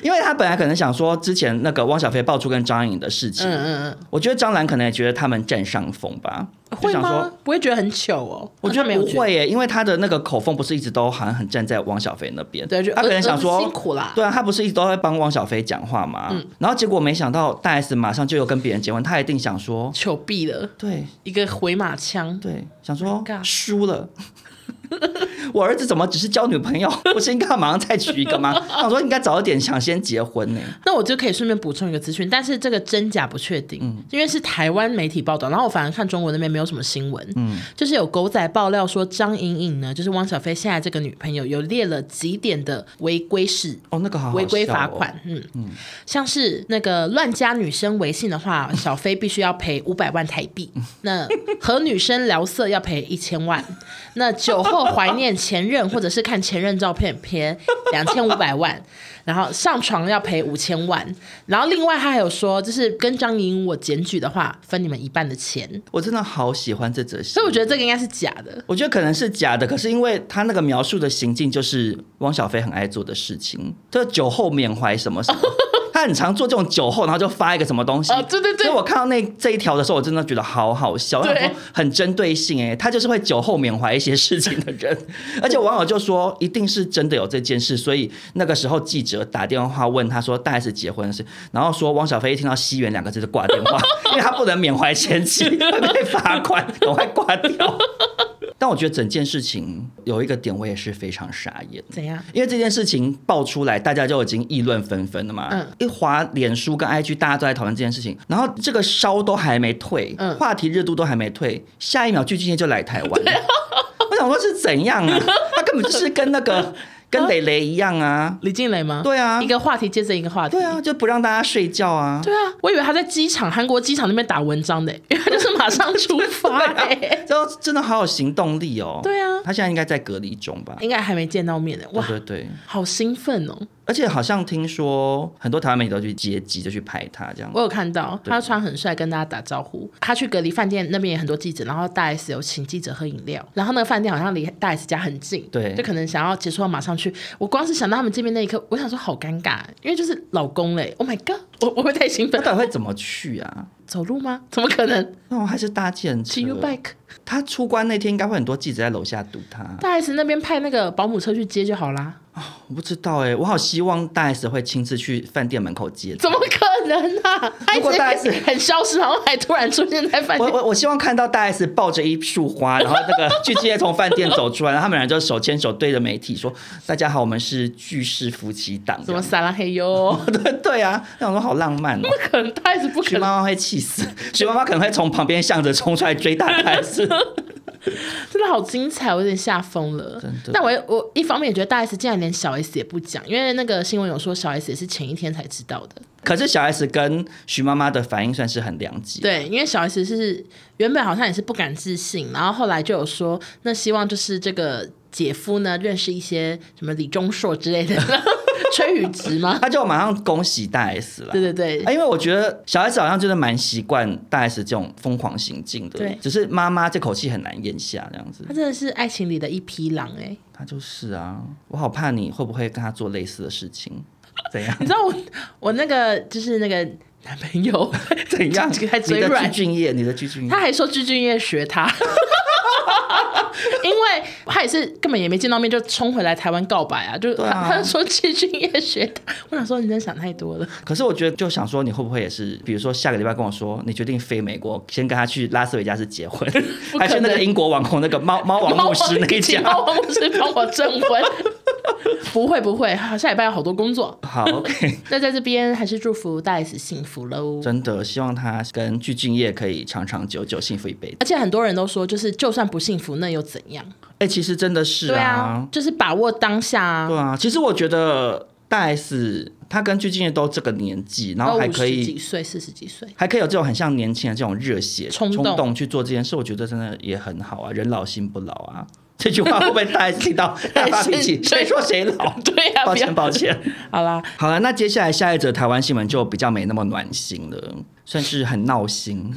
因为他本来可能想说，之前那个汪小菲爆出跟张颖的事情，嗯嗯我觉得张兰可能也觉得他们占上风吧，嗯，就会想吗说。？不会觉得很糗哦？我觉好像得没有不会耶，因为他的那个口风不是一直都好像很站在汪小菲那边，对就他可儿能想儿说子辛苦啦对啊，他不是一直都在帮汪小菲讲话嘛，嗯然后结果没想到大 S 马上就有跟别人结婚，他一定想说，糗毙了，对一个回马枪，对，想说 Oh God 输了。 我儿子怎么只是交女朋友？ 不是应该马上再娶一 个吗？我说应该早一点想先结婚呢、那我就可以顺便补充一个资讯，但是这个真假不确定，因为是台湾媒体报道，然后我反而看中国那边没有什么新闻，就是有狗仔爆料说张颖颖呢，就是汪小菲现在这个女朋友有列了几点的违规事。哦，那个好好笑哦违规罚款，，嗯嗯，像是那个乱加女生微信的话，小飞必须要赔五百万台币；嗯那和女生聊色要赔一千 万；那酒后怀念前任或者是看前任照片赔两千五百万；然后上床要赔五千万。然后另外他还有说，就是跟张莹我检举的话，分你们一半的钱。我真的好喜欢这则新闻。所以我觉得这个应该是假的。我觉得可能是假的，可是因为他那个描述的行径就是汪小菲很爱做的事情，就是酒后缅怀什么什 么，他很常做这种酒后，然后就发一个什么东西。哦对对对所以我看到那这一条的时候，我真的觉得好好笑，对然后很针对性哎、他就是会酒后缅怀一些事情的 人，而且网友就说一定是真的有这件事，所以那个时候记者打电话问他说大 S 结婚的事，然后说汪小菲一听到西元两个字就挂电 话，因为他不能缅怀前妻会被罚款，赶快挂掉。 但我觉得整件事情有一个点，我也是非常傻眼。怎样？因为这件事情爆出来，大家就已经议论纷纷了嘛。嗯一滑脸书跟 IG，大家都在讨论这件事情，然后这个烧都还没退，嗯话题热度都还没退，下一秒具俊晔就来台 湾了。我想说是怎样啊？他根本就是跟那 个嗯跟蕾蕾一样啊，李静蕾吗？对啊一个话题接着一个话题。对啊，就不让大家睡觉啊。嗯对啊，我以为他在机场，韩国机场那边打文章的， 因为他就是马上出发、 欸。然后真的好有行动力哦。对啊他现在应该在隔离中吧？应该还没见到面的，对哇，对嗯对。好兴奋哦！而且好像听说很多台湾媒体都去接机，就去拍他这样我。有看到他穿很帅跟大家打招呼。他去隔离饭店那边也很多记者，然后大 S 有请记者喝饮料，然后那个饭店好像离大 S 家很近，对就可能想要结束后马上去。我光是想到他们见面那一刻，我想说好尴尬，因为就是老公嘞，Oh my god，我我会太兴他奋，到底会怎么去啊？走路吗？怎么可能？那我还是搭建车骑 U。bike，他出关那天应该会很多记者在楼下堵他，大 S 那边派那个保姆车去接就好啦，我不知道哎、我好希望大 S 会亲自去饭店门口接他。怎么可能啊？他 如果大 S 很消失，然后还突然出现在饭我店，我我希望看到大 S 抱着一束花，然后 那个巨蟹从饭店走出来，然后他们俩就手牵手对着媒体说：“大家好，我们是巨氏夫妻档。”什么撒拉嘿哟， 对对啊，那种说好浪漫哦、可能大 S 不可徐能妈妈会气死，徐妈妈可能会从旁边向着冲出来追大 S。真的好精彩，我有点吓疯了。真的但我我一方面也觉得大 S 竟然连小 S 也不讲，因为那个新闻有说小 S 也是前一天才知道的。可是小 S 跟徐妈妈的反应算是很良机，对，因为小 S 是原本好像也是不敢置信，然后后来就有说，那希望就是这个姐夫呢认识一些什么李钟硕之类的，崔宇植 吗？他就马上恭喜大 S 了对。对对，啊因为我觉得小 S 好像真的蛮习惯大 S 这种疯狂行径的对，只是妈妈这口气很难咽下，这样子他。真的是爱情里的一匹狼哎、她就是啊，我好怕你会不会跟她做类似的事情，怎样你？知道我我那个就是那个男朋友 怎样？这个还嘴你的软鞠，俊业，你的鞠俊业他，还说鞠婧祎学他。 因为他也是根本也没见到面就冲回来台湾告白啊，就是他,、对啊他就说鞠婧祎学他，我想说你真的想太多了，可是我觉得就想说，你会不会也是，比如说下个礼拜跟我说，你决定飞美国，先跟他去拉斯维加斯结婚，还去那个英国网红那个猫猫王牧师那一请家？猫王牧师帮我证 婚，不会不会，他下礼拜有好多工作，好，OK。 那在这边还是祝福大 S 幸福喽。真的希望他跟鞠婧祎可以长长久久、幸福一辈子。而且很多人都说，就是就算不幸福那又怎样？哎、其实真的是对啊啊，，就是把握当下啊对。啊。其实我觉得大 S 她跟鞠婧祎都这个年纪，然后还都可50几以岁、四十几岁，还可以有这种很像年轻人这种热血冲动动去做这件事，我觉得真的也很好啊，人老心不老啊。 这句话会不会大 S 听 到大发脾气？对谁说谁老？对啊 抱不要歉抱歉。好啦，好了，那接下来下一则台湾新闻就比较没那么暖心了，算是很闹心。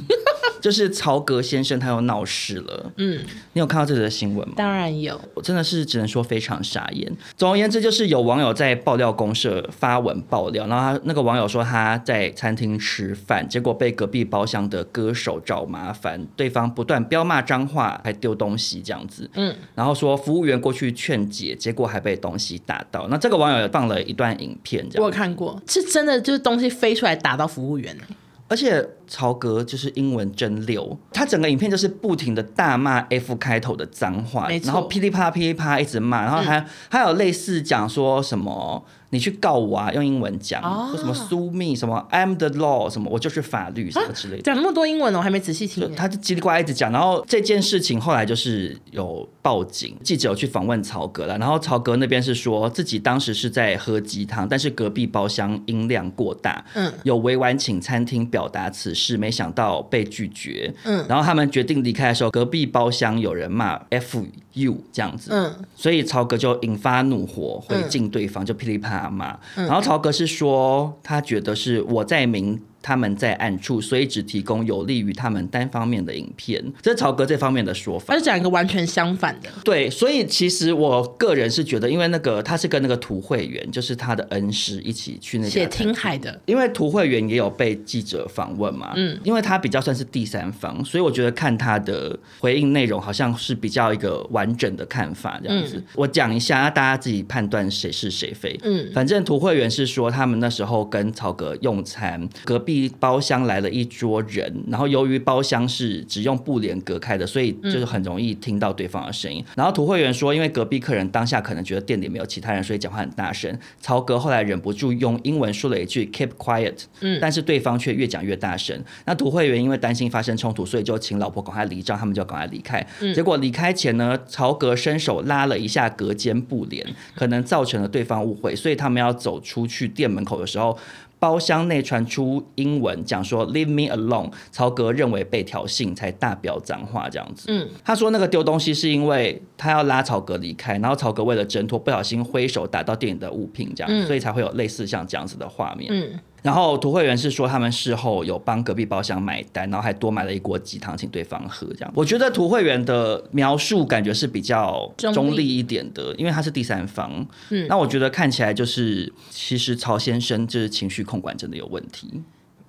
就是曹格先生他又闹事了。嗯，你有看到这则新闻吗？当然有，我真的是只能说非常傻眼。总而言之，就是有网友在爆料公社发文爆料，然后他那个网友说他在餐厅吃饭，结果被隔壁包厢的歌手找麻烦，对方不断彪骂脏话，还丢东西这样子。嗯，然后说服务员过去劝解，结果还被东西打到。那这个网友放了一段影片，这我有样看过，是真的就是东西飞出来打到服务员、欸而且曹格就是英文真溜，他整个影片就是不停的大骂 F 开头的脏话没，错嗯然后噼里啪啦噼里啪啦一直骂，然后还、还有类似讲说什么你去告我啊，用英文讲，哦说什么 sue me，什么 I'm the law，什么我就是法律什啊么之类的。讲那么多英文哦，我还没仔细听就欸。他就叽里呱啦一直讲，然后这件事情后来就是有报警，记者有去访问曹格了，然后曹格那边是说自己当时是在喝鸡汤，但是隔壁包厢音量过大，嗯嗯，有委婉请餐厅表达此事，没想到被拒绝，嗯嗯，然后他们决定离开的时候，隔壁包厢有人骂 F U 这样子，嗯，所以曹格就引发怒火，回敬对方，就噼里啪啦骂。然后曹格是说，他觉得是我在明，他们在暗处，所以只提供有利于他们单方面的影片。这是曹格这方面的说法他。就讲一个完全相反的，对，所以其实我个人是觉得，因为那个他是跟那个涂慧源，就是他的恩师一起去那写家听海的，因为涂慧源也有被记者访问嘛，嗯，因为他比较算是第三方，所以我觉得看他的回应内容好像是比较一个完整的看法这样子。我讲一下，大家自己判断谁是谁非。嗯嗯，反正涂慧源是说他们那时候跟曹格用餐，隔壁包厢来了一桌人，然后由于包厢是只用布帘隔开的，所以就是很容易听到对方的声音。然后涂慧源说，因为隔壁客人当下可能觉得店里没有其他人，所以讲话很大声。曹格后来忍不住用英文说了一句 “keep quiet”，嗯，但是对方却越讲越大声。那涂慧源因为担心发生冲突，所以就请老婆赶快离账，他们就赶快离开。结果离开前呢，曹格伸手拉了一下隔间布帘，可能造成了对方误会，所以他们要走出去店门口的时候。包厢内传出英文讲说 “Leave me alone”，曹格认为被挑衅，才大表脏话这样子。嗯，他说那个丢东西是因为他要拉曹格离开，然后曹格为了挣脱，不小心挥手打到店里的物品，这样，所以才会有类似像这样子的画面。嗯，然后涂会员是说他们事后有帮隔壁包厢买单，然后还多买了一锅鸡汤请对方喝，这样。我觉得涂会员的描述感觉是比较中立中立一点的，因为他是第三方。嗯，那我觉得看起来就是，其实曹先生就是情绪控管真的有问题。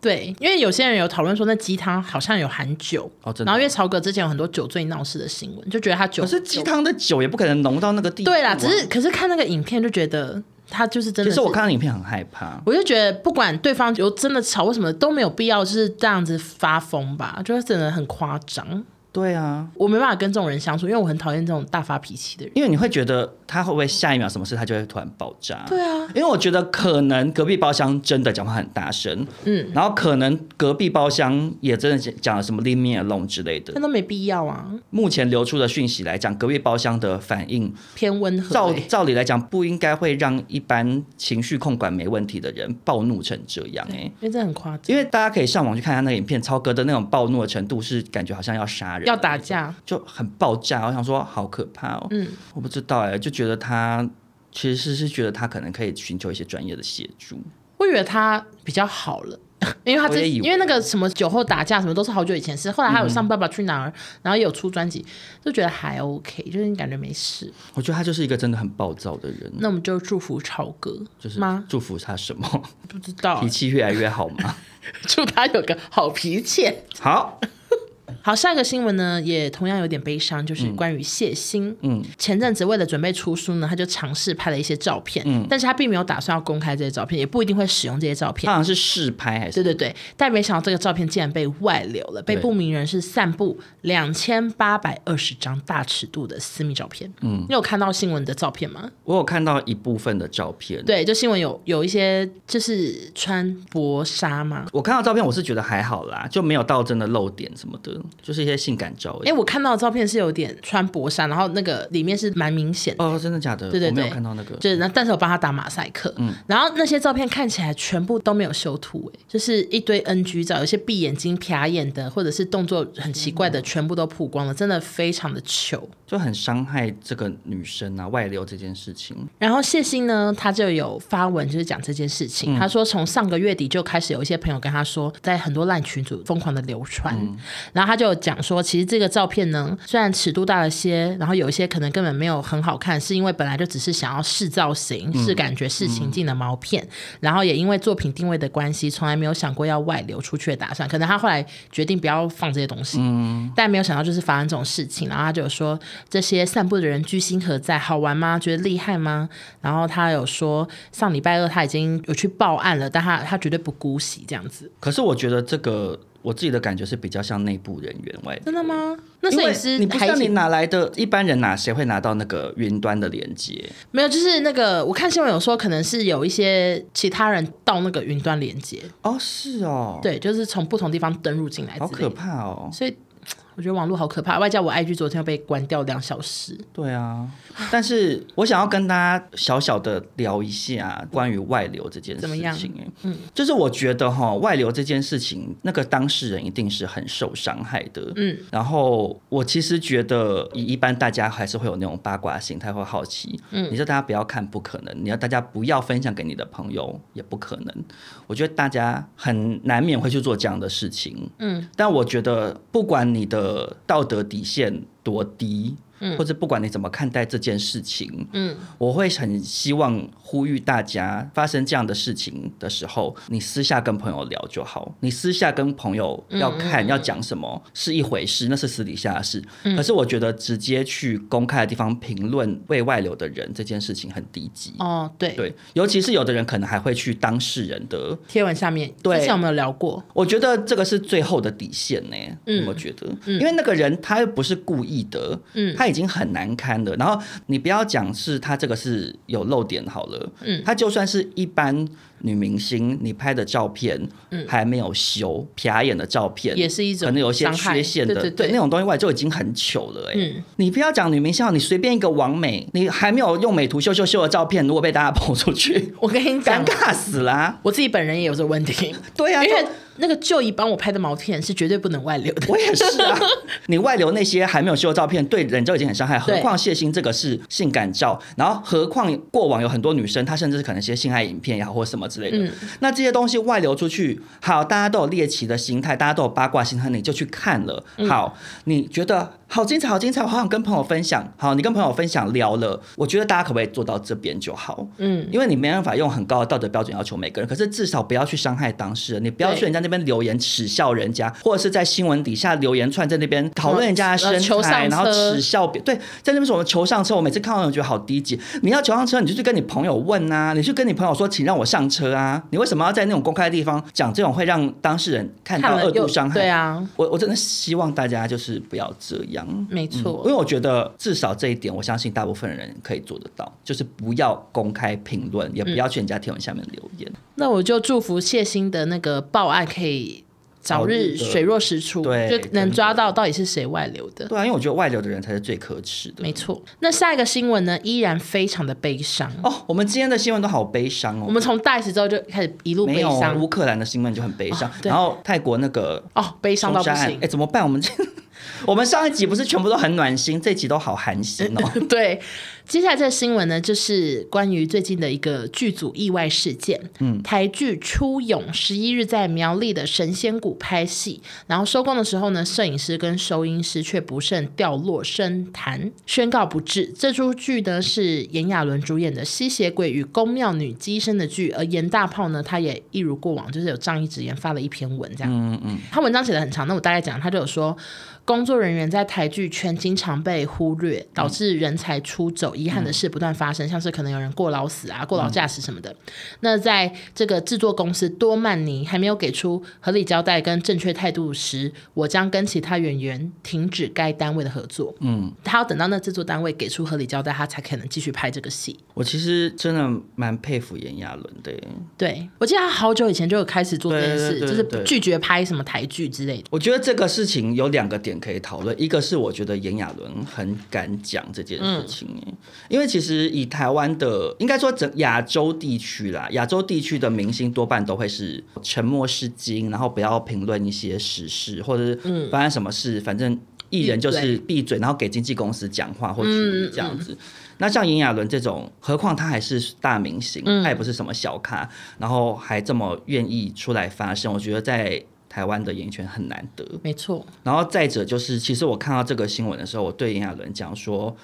对，因为有些人有讨论说那鸡汤好像有含酒，哦真的然后因为曹格之前有很多酒醉闹事的新闻，就觉得他酒可是鸡酒汤的酒也不可能浓到那个地步、啊。对啦，只是可是看那个影片就觉得他就是真其的实我是看到影片很害怕。我就觉得，不管对方有真的吵或什么，都没有必要就是这样子发疯吧，就是真的很夸张。对啊，我没办法跟这种人相处，因为我很讨厌这种大发脾气的人。因为你会觉得他会不会下一秒什么事他就会突然爆炸？对啊，因为我觉得可能隔壁包厢真的讲话很大声，嗯，然后可能隔壁包厢也真的讲了什么 “leave me alone” 之类的但。都没必要啊，目前流出的讯息来讲，隔壁包厢的反应，偏温和、照欸照理来讲不应该会让一般情绪控管没问题的人暴怒成这样、欸，因为这很夸张，因为大家可以上网去看他那个影片，超哥的那种暴怒的程度是感觉好像要杀人，要打架。就很爆炸。我想说，好可怕哦。嗯，我不知道哎、就觉得他其实是是觉得他可能可以寻求一些专业的协助。我以为他比较好了。 因为他我这，也以为嗯因为那个什么酒后打架什么都是好久以前的事，后来他有上《爸爸去哪儿》然后也有出专辑，就觉得还 OK，就是你感觉没事。我觉得他就是一个真的很暴躁的人，那我们就祝福超哥，就是吗？祝福他什么 不知道脾，气越来越好嘛。 祝他有个好脾气。好，好，下一个新闻呢，也同样有点悲伤，就是关于谢欣。嗯嗯，前阵子为了准备出书呢，他就尝试拍了一些照片，嗯但是他并没有打算要公开这些照片，也不一定会使用这些照他片。好像是试拍还是对对对，但没想到这个照片竟然被外流了，被对不明人士散布两千八百二十张大尺度的私密照片。嗯，你有看到新闻的照片吗？我有看到一部分的照片。对，就新闻有有一些就是穿薄纱嘛，嗯我看到照片，我是觉得还好啦，就没有到真的露点什么的。就是一些性感照而已。哎、我看到的照片是有点穿薄衫，然后那个里面是蛮明显的。哦，真的假的？对对对，我没有看到那个。就是那，但是我帮他打马赛克，然后那些照片看起来全部都没有修图、欸，就是一堆 NG 照，有些闭眼睛、瞟眼的，或者是动作很奇怪的，全部都曝光了，真的非常的糗。就很伤害这个女生啊，外流这件事情。然后谢欣呢，他就有发文，就是讲这件事情。他说从上个月底就开始有一些朋友跟他说，在很多烂群组疯狂的流传。然后他就有讲说，其实这个照片呢，虽然尺度大了些，然后有一些可能根本没有很好看，是因为本来就只是想要试造型、试感觉、试情境的毛片。然后也因为作品定位的关系，从来没有想过要外流出去的打算。可能他后来决定不要放这些东西，但没有想到就是发生这种事情，然后他就有说这些散步的人居心何在？好玩吗？觉得厉害吗？然后他有说上礼拜二他已经有去报案了，但他他绝对不姑息这样子，可是我觉得这个我自己的感觉是比较像内部人员外流。真的吗？那因摄为影师你不知还道你请哪来的，一般人哪谁会拿到那个云端的连接？没有，就是那个我看新闻有说可能是有一些其他人到那个云端连接，哦，是哦，，对，就是从不同地方登入进来，好可，怕哦。所以。我觉得网络好可怕，外加我 IG 昨天又被关掉两小时。对啊，但是我想要跟大家小小的聊一下关于外流这件事怎么样情。嗯，就是我觉得哈，外流这件事情，那个当事人一定是很受伤害的。嗯，然后我其实觉得，以一般大家还是会有那种八卦心态或好奇。嗯，你叫大家不要看，不可能；你要大家不要分享给你的朋友，也不可能。我觉得大家很难免会去做这样的事情。嗯，但我觉得不管你的道德底线多低，嗯，或者不管你怎么看待这件事情，嗯，我会很希望呼吁大家，发生这样的事情的时候，你私下跟朋友聊就好。你私下跟朋友要看要讲什么是一回事，那是私底下的事。可是我觉得直接去公开的地方评论为外流的人这件事情很低级。哦，对，对，尤其是有的人可能还会去当事人的贴文下面，对之前我们有聊过，我觉得这个是最后的底线呢、嗯我觉得，因为那个人他又不是故意的，嗯他已经很难堪了。然后你不要讲是他这个是有漏点好了，嗯他就算是一般女明星你拍的照片，还没有修瞟眼的照片，嗯也是一种可能有一些伤害缺陷的，对对对那种东西外就已经很糗了、哎、嗯你不要讲女明星，你随便一个网美，你还没有用美图秀秀秀的照片，如果被大家 剖出去，我跟你尴讲，尬死啦、我自己本人也有这个问题，对啊，因就为那个舅姨帮我拍的毛片是绝对不能外流的。我也是啊，你外流那些还没有修的照片，对人就已经很伤害，何对况谢欣这个是性感照，然后何况过往有很多女生，她甚至是可能一些性爱影片也好，或什么之类的。那这些东西外流出去，好，大家都有猎奇的心态，大家都有八卦心态，你就去看了。好，你觉得好精彩，好精彩，我好想跟朋友分享。好，你跟朋友分享聊了，我觉得大家可不可以做到这边就好？嗯，因为你没办法用很高的道德标准要求每个人，可是至少不要去伤害当事人，你不要对去人家那边留言耻笑人家，或者是在新闻底下留言串在那边讨论人家的身呃求材，上然后车耻笑别对，在那边说我们求上车，我每次看到我觉得好低级。你要求上车，你就去跟你朋友问啊，你去跟你朋友说，请让我上车啊。你为什么要在那种公开的地方讲这种会让当事人看看到了恶又度伤害？对啊，我我真的希望大家就是不要这样。没嗯因错。为我觉得至少这一点，我相信大部分人可以做得到，就是不要公开评论，嗯也不要去人家贴文下面留言。那我就祝福谢欣的那个报案可以早日早日的水落石出，对就能抓到到底是谁外流的。对啊，因为我觉得外流的人才是最可耻的。没错。那下一个新闻呢，依然非常的悲伤。哦，我们今天的新闻都好悲伤哦。我们从大 S 之后就开始一路没悲有伤乌，克兰的新闻就很悲伤，哦对然后泰国那个哦，悲伤凶到不杀案行，哎，。怎么办？我们这 我们上一集不是全部都很暖心，这集都好寒心 哦。对，接下来这个新闻呢，就是关于最近的一个剧组意外事件。嗯，台剧《出勇》十一日在苗栗的神仙谷拍戏，然后收工的时候呢，摄影师跟收音师却不慎掉落深潭，宣告不治。这出剧呢是炎亚纶主演的吸血鬼与宫庙女机身的剧，而严大炮呢，他也一如过往，就是有仗义直言发了一篇文这样。嗯他文章写的很长，那我大概讲，他就有说，工作人员在台剧圈经常被忽略，导致人才出走，有遗憾的事不断发生，像是可能有人过劳死啊、过劳驾驶什么的。那在这个制作公司多曼尼还没有给出合理交代跟正确态度时，我将跟其他演员停止该单位的合作。嗯，他要等到那制作单位给出合理交代，他才可能继续拍这个戏。我其实真的蛮佩服炎亚纶的耶，对我记得他好久以前就有开始做这件事，对对对就对是拒绝拍什么台剧之类的。我觉得这个事情有两个点可以讨论，一个是我觉得炎亚纶很敢讲这件事情、欸因为其实以台湾的，应该说整亚洲地区啦，亚洲地区的明星多半都会是沉默是金，然后不要评论一些时事或者是发生什么事，反正艺人就是嗯闭嘴，嗯然后给经纪公司讲话或处理这样子。那像炎亚纶这种，何况他还是大明星，他也不是什么小咖，然后还这么愿意出来发声，我觉得在台湾的演艺圈很难得。没错，然后再者就是，其实我看到这个新闻的时候，我对炎亚纶讲说。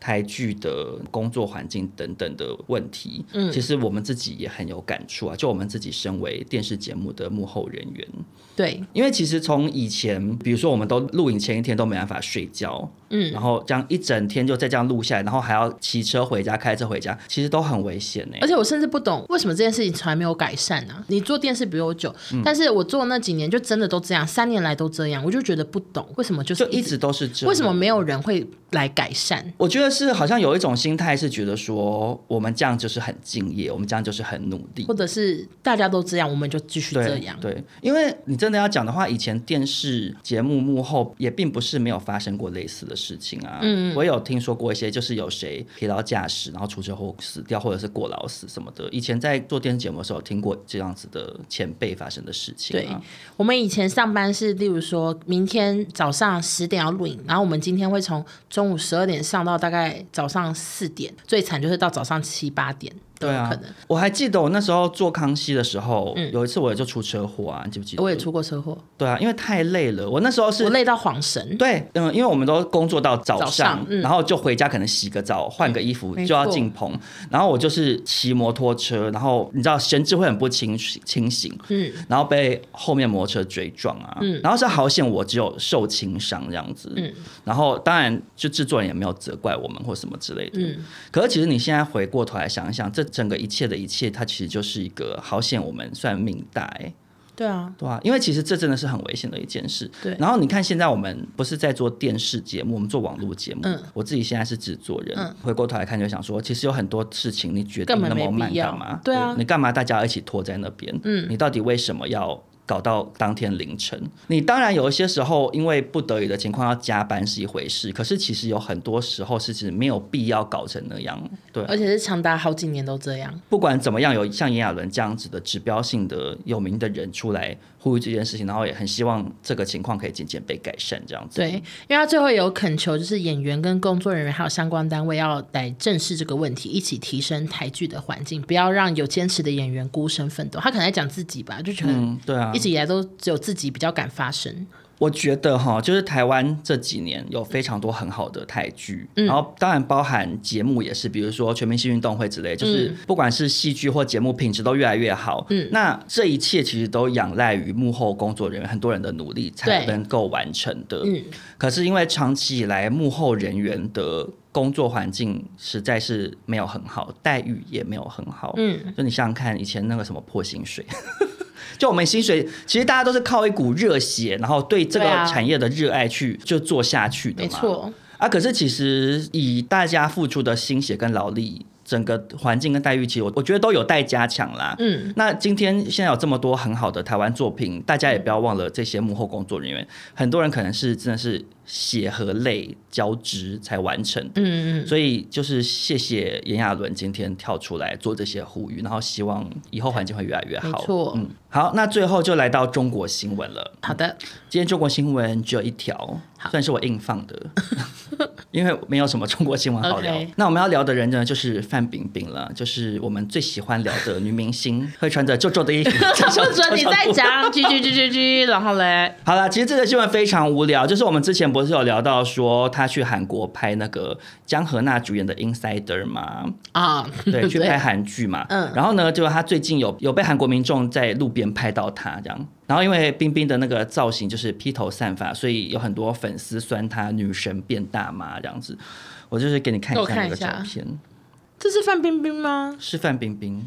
台剧的工作环境等等的问题，嗯，其实我们自己也很有感触啊。就我们自己身为电视节目的幕后人员，对，因为其实从以前，比如说我们都录影前一天都没办法睡觉，嗯，然后这样一整天就再这样录下来，然后还要骑车回家、开车回家，其实都很危险呢、欸而且我甚至不懂为什么这件事情从来没有改善呢、你做电视比我久，嗯但是我做那几年就真的都这样，三年来都这样，我就觉得不懂为什么就是就一直都是这样。为什么没有人会来改善？我觉得是好像有一种心态是觉得说，我们这样就是很敬业，我们这样就是很努力或。者是大家都这样，我们就继续对这样。对，因为你真的要讲的话，以前电视节目幕后也并不是没有发生过类似的事情啊。嗯，我有听说过一些，就是有谁疲劳驾驶，然后出车祸死掉，或者是过劳死什么的。以前在做电视节目的时候，有听过这样子的前辈发生的事情、啊。我们以前上班是，例如说明天早上十点要录影，然后我们今天会从中午十二点上到大概早上四点，最惨就是到早上七八点都对有啊可能。，嗯我还记得我那时候做康熙的时候，有一次我就出车祸啊，你记不记得？我也出过车祸，对啊，因为太累了，我那时候是我累到晃神。对，嗯，因为我们都工作到早上，早上嗯然后就回家可能洗个澡、换个衣服没就要错进棚，然后我就是骑摩托车，然后你知道神志会很不清清醒，嗯，然后被后面摩托车追撞啊，然后是好险我只有受轻伤这样子，嗯然后当然就制作人也没有责怪我们或什么之类嗯的，可是其实你现在回过头来想一想，这整个一切的一切，它其实就是一个好险我们算命大、欸。对啊，对啊，因为其实这真的是很危险的一件事。对然后你看，现在我们不是在做电视节目，我们做网络节目。嗯我自己现在是制作人，嗯回过头来看就想说，其实有很多事情你决定根本那么没慢必要干嘛？对啊你干嘛大家一起拖在那边？嗯，你到底为什么要？搞到当天凌晨，你当然有一些时候因为不得已的情况要加班是一回事，可是其实有很多时候是指没有必要搞成那样。对啊，而且是长达好几年都这样。不管怎么样，有像炎亚纶这样子的指标性的有名的人出来呼吁这件事情，然后也很希望这个情况可以渐渐被改善，这样子。对，因为他最后有恳求，就是演员跟工作人员还有相关单位要来正视这个问题，一起提升台剧的环境，不要让有坚持的演员孤身奋斗。他可能在讲自己吧，就觉得嗯，对啊一，直以来都只有自己比较敢发声。我觉得哈，就是台湾这几年有非常多很好的泰剧，嗯然后当然包含节目也是，比如说全明星运动会之嗯类，就是不管是戏剧或节目品质都越来越好。嗯，那这一切其实都仰赖于幕后工作人员很多人的努力才对能够完成的。嗯，可是因为长期以来幕后人员的工作环境实在是没有很好，待遇也没有很好。嗯，就你想想看，以前那个什么破薪水。 就我们薪水，其实大家都是靠一股热血，然后对这个对啊产业的热爱去就做下去的没嘛。错，啊，可是其实以大家付出的心血跟劳力，整个环境跟待遇，其实我我觉得都有待加强啦。嗯，那今天现在有这么多很好的台湾作品，大家也不要忘了这些幕后工作人员，很多人可能是真的是血和泪交织才完成的。嗯嗯嗯，所以就是谢谢炎亚纶今天跳出来做这些呼吁，然后希望以后环境会越来越好。没错嗯，好，那最后就来到中国新闻了。好的，今天中国新闻只有一条，算是我硬放的， 因为没有什么中国新闻好聊。 OK 那我们要聊的人呢，就是范冰冰了，就是我们最喜欢聊的女 明星，会穿着皱皱的衣服。 不准你再皱皱的讲，居居居居居，然后 嘞，好啦，其实这个新闻非常无聊，就是我们之前不是有聊到说她去韩国拍那个江河娜主演的《Insider》吗？啊， 对，去拍韩剧嘛。嗯然后呢，就他最近有有被韩国民众在路边拍到他这样。然后因为冰冰的那个造型就是披头散发，所以有很多粉丝酸她女神变大妈这样子。我就是给你看一给我下看那个一下照片，这是范冰冰吗？是范冰冰。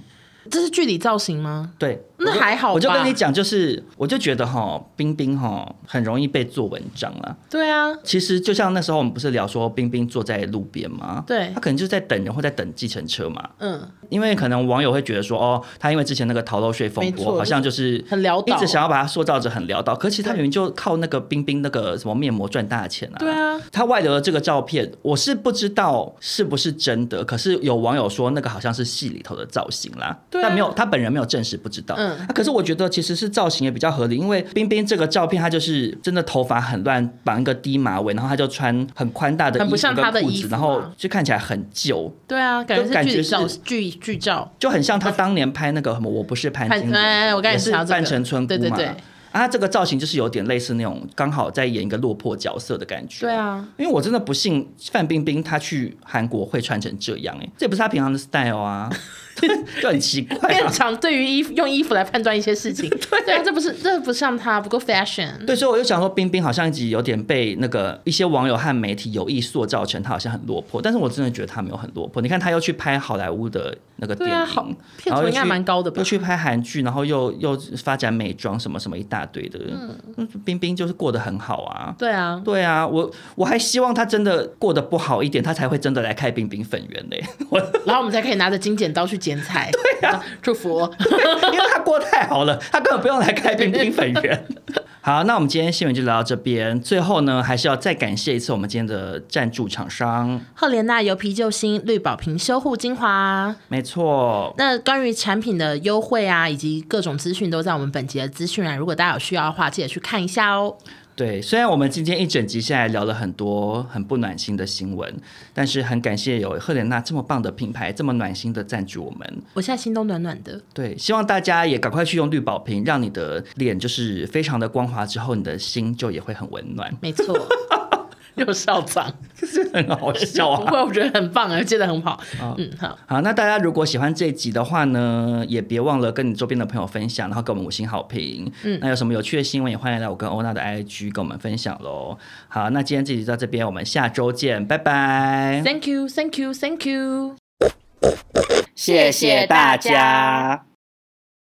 这是剧里造型吗？对，那还好吧我就跟你讲，就是我就觉得哈，冰冰哈很容易被做文章啦。对啊，其实就像那时候我们不是聊说冰冰坐在路边吗？对她可能就是在等人或在等计程车嘛。嗯，因为可能网友会觉得说，哦，她因为之前那个逃漏税风没错波，好像就是很潦倒一直想要把她塑造着很潦倒。可其实她对明明就靠那个冰冰那个什么面膜赚大钱啊。对啊，她外流的这个照片，我是不知道是不是真的，可是有网友说那个好像是戏里头的造型啦，对啊但没有她本人没有证实，不知道。嗯嗯、可是我觉得其实是造型也比较合理，因为冰冰这个照片她就是真的头发很乱，绑一个低马尾，然后她就穿很宽大的很衣不服像跟她的裤衣子服，然后嘛就看起来很旧。对啊，感觉感是剧里觉是照剧剧照。就很像他当年拍那个什么《我不是潘金莲》，哎我刚才也想是到这个半城村姑嘛。对对对啊，这个造型就是有点类似那种刚好在演一个落魄角色的感觉。对， 啊，因为我真的不信范冰冰她去韩国会穿成这样、欸，这也不是她平常的 style 啊， 就很奇怪、变啊。常对于衣服用衣服来判断一些事情， 对啊，这不是这不像他，不够 fashion。对，所以我就想说，冰冰好像一直有点被那个一些网友和媒体有意塑造成她好像很落魄，但是我真的觉得她没有很落魄。你看，她又去拍好莱坞的那个对电啊好影，片然后酬又应该去蛮高的吧又？去拍韩剧，然后又又发展美妆什么什么一大堆的。嗯，冰冰就是过得很好啊。对啊，对啊，我我还希望她真的过得不好一点，她才会真的来开冰冰粉圆嘞。我然后我们才可以拿着金剪刀去剪彩。 对啊，祝福。 因为她过得太好了，她根本不用来开冰冰粉圆。 好，那我们今天新闻就聊到这边。最后呢，还是要再感谢一次我们今天的赞助厂商。赫莲娜油皮救星绿宝瓶修护精华。没错，那关于产品的优惠啊，以及各种资讯都在我们本集的资讯栏，如果大家有需要的话，记得去看一下哦。对，虽然我们今天一整集下来聊了很多很不暖心的新闻，但是很感谢有赫莲娜这么棒的品牌，这么暖心的赞助我们。我现在心都暖暖的。对，希望大家也赶快去用绿宝瓶，让你的脸就是非常的光滑，之后你的心就也会很温 暖，没错， 又校长，很好笑不啊。会，我觉得很棒啊，接得很好。嗯，好，好，那大家如果喜欢这一集的话呢，也别忘了跟你周边的朋友分享，然后给我们五星好评。嗯，那有什么有趣的新闻，也欢迎来我跟欧娜的 IG 跟我们分享喽。好，那今天这集就到这边，我们下周见，拜拜。 Thank you，Thank you，Thank you。谢谢大家。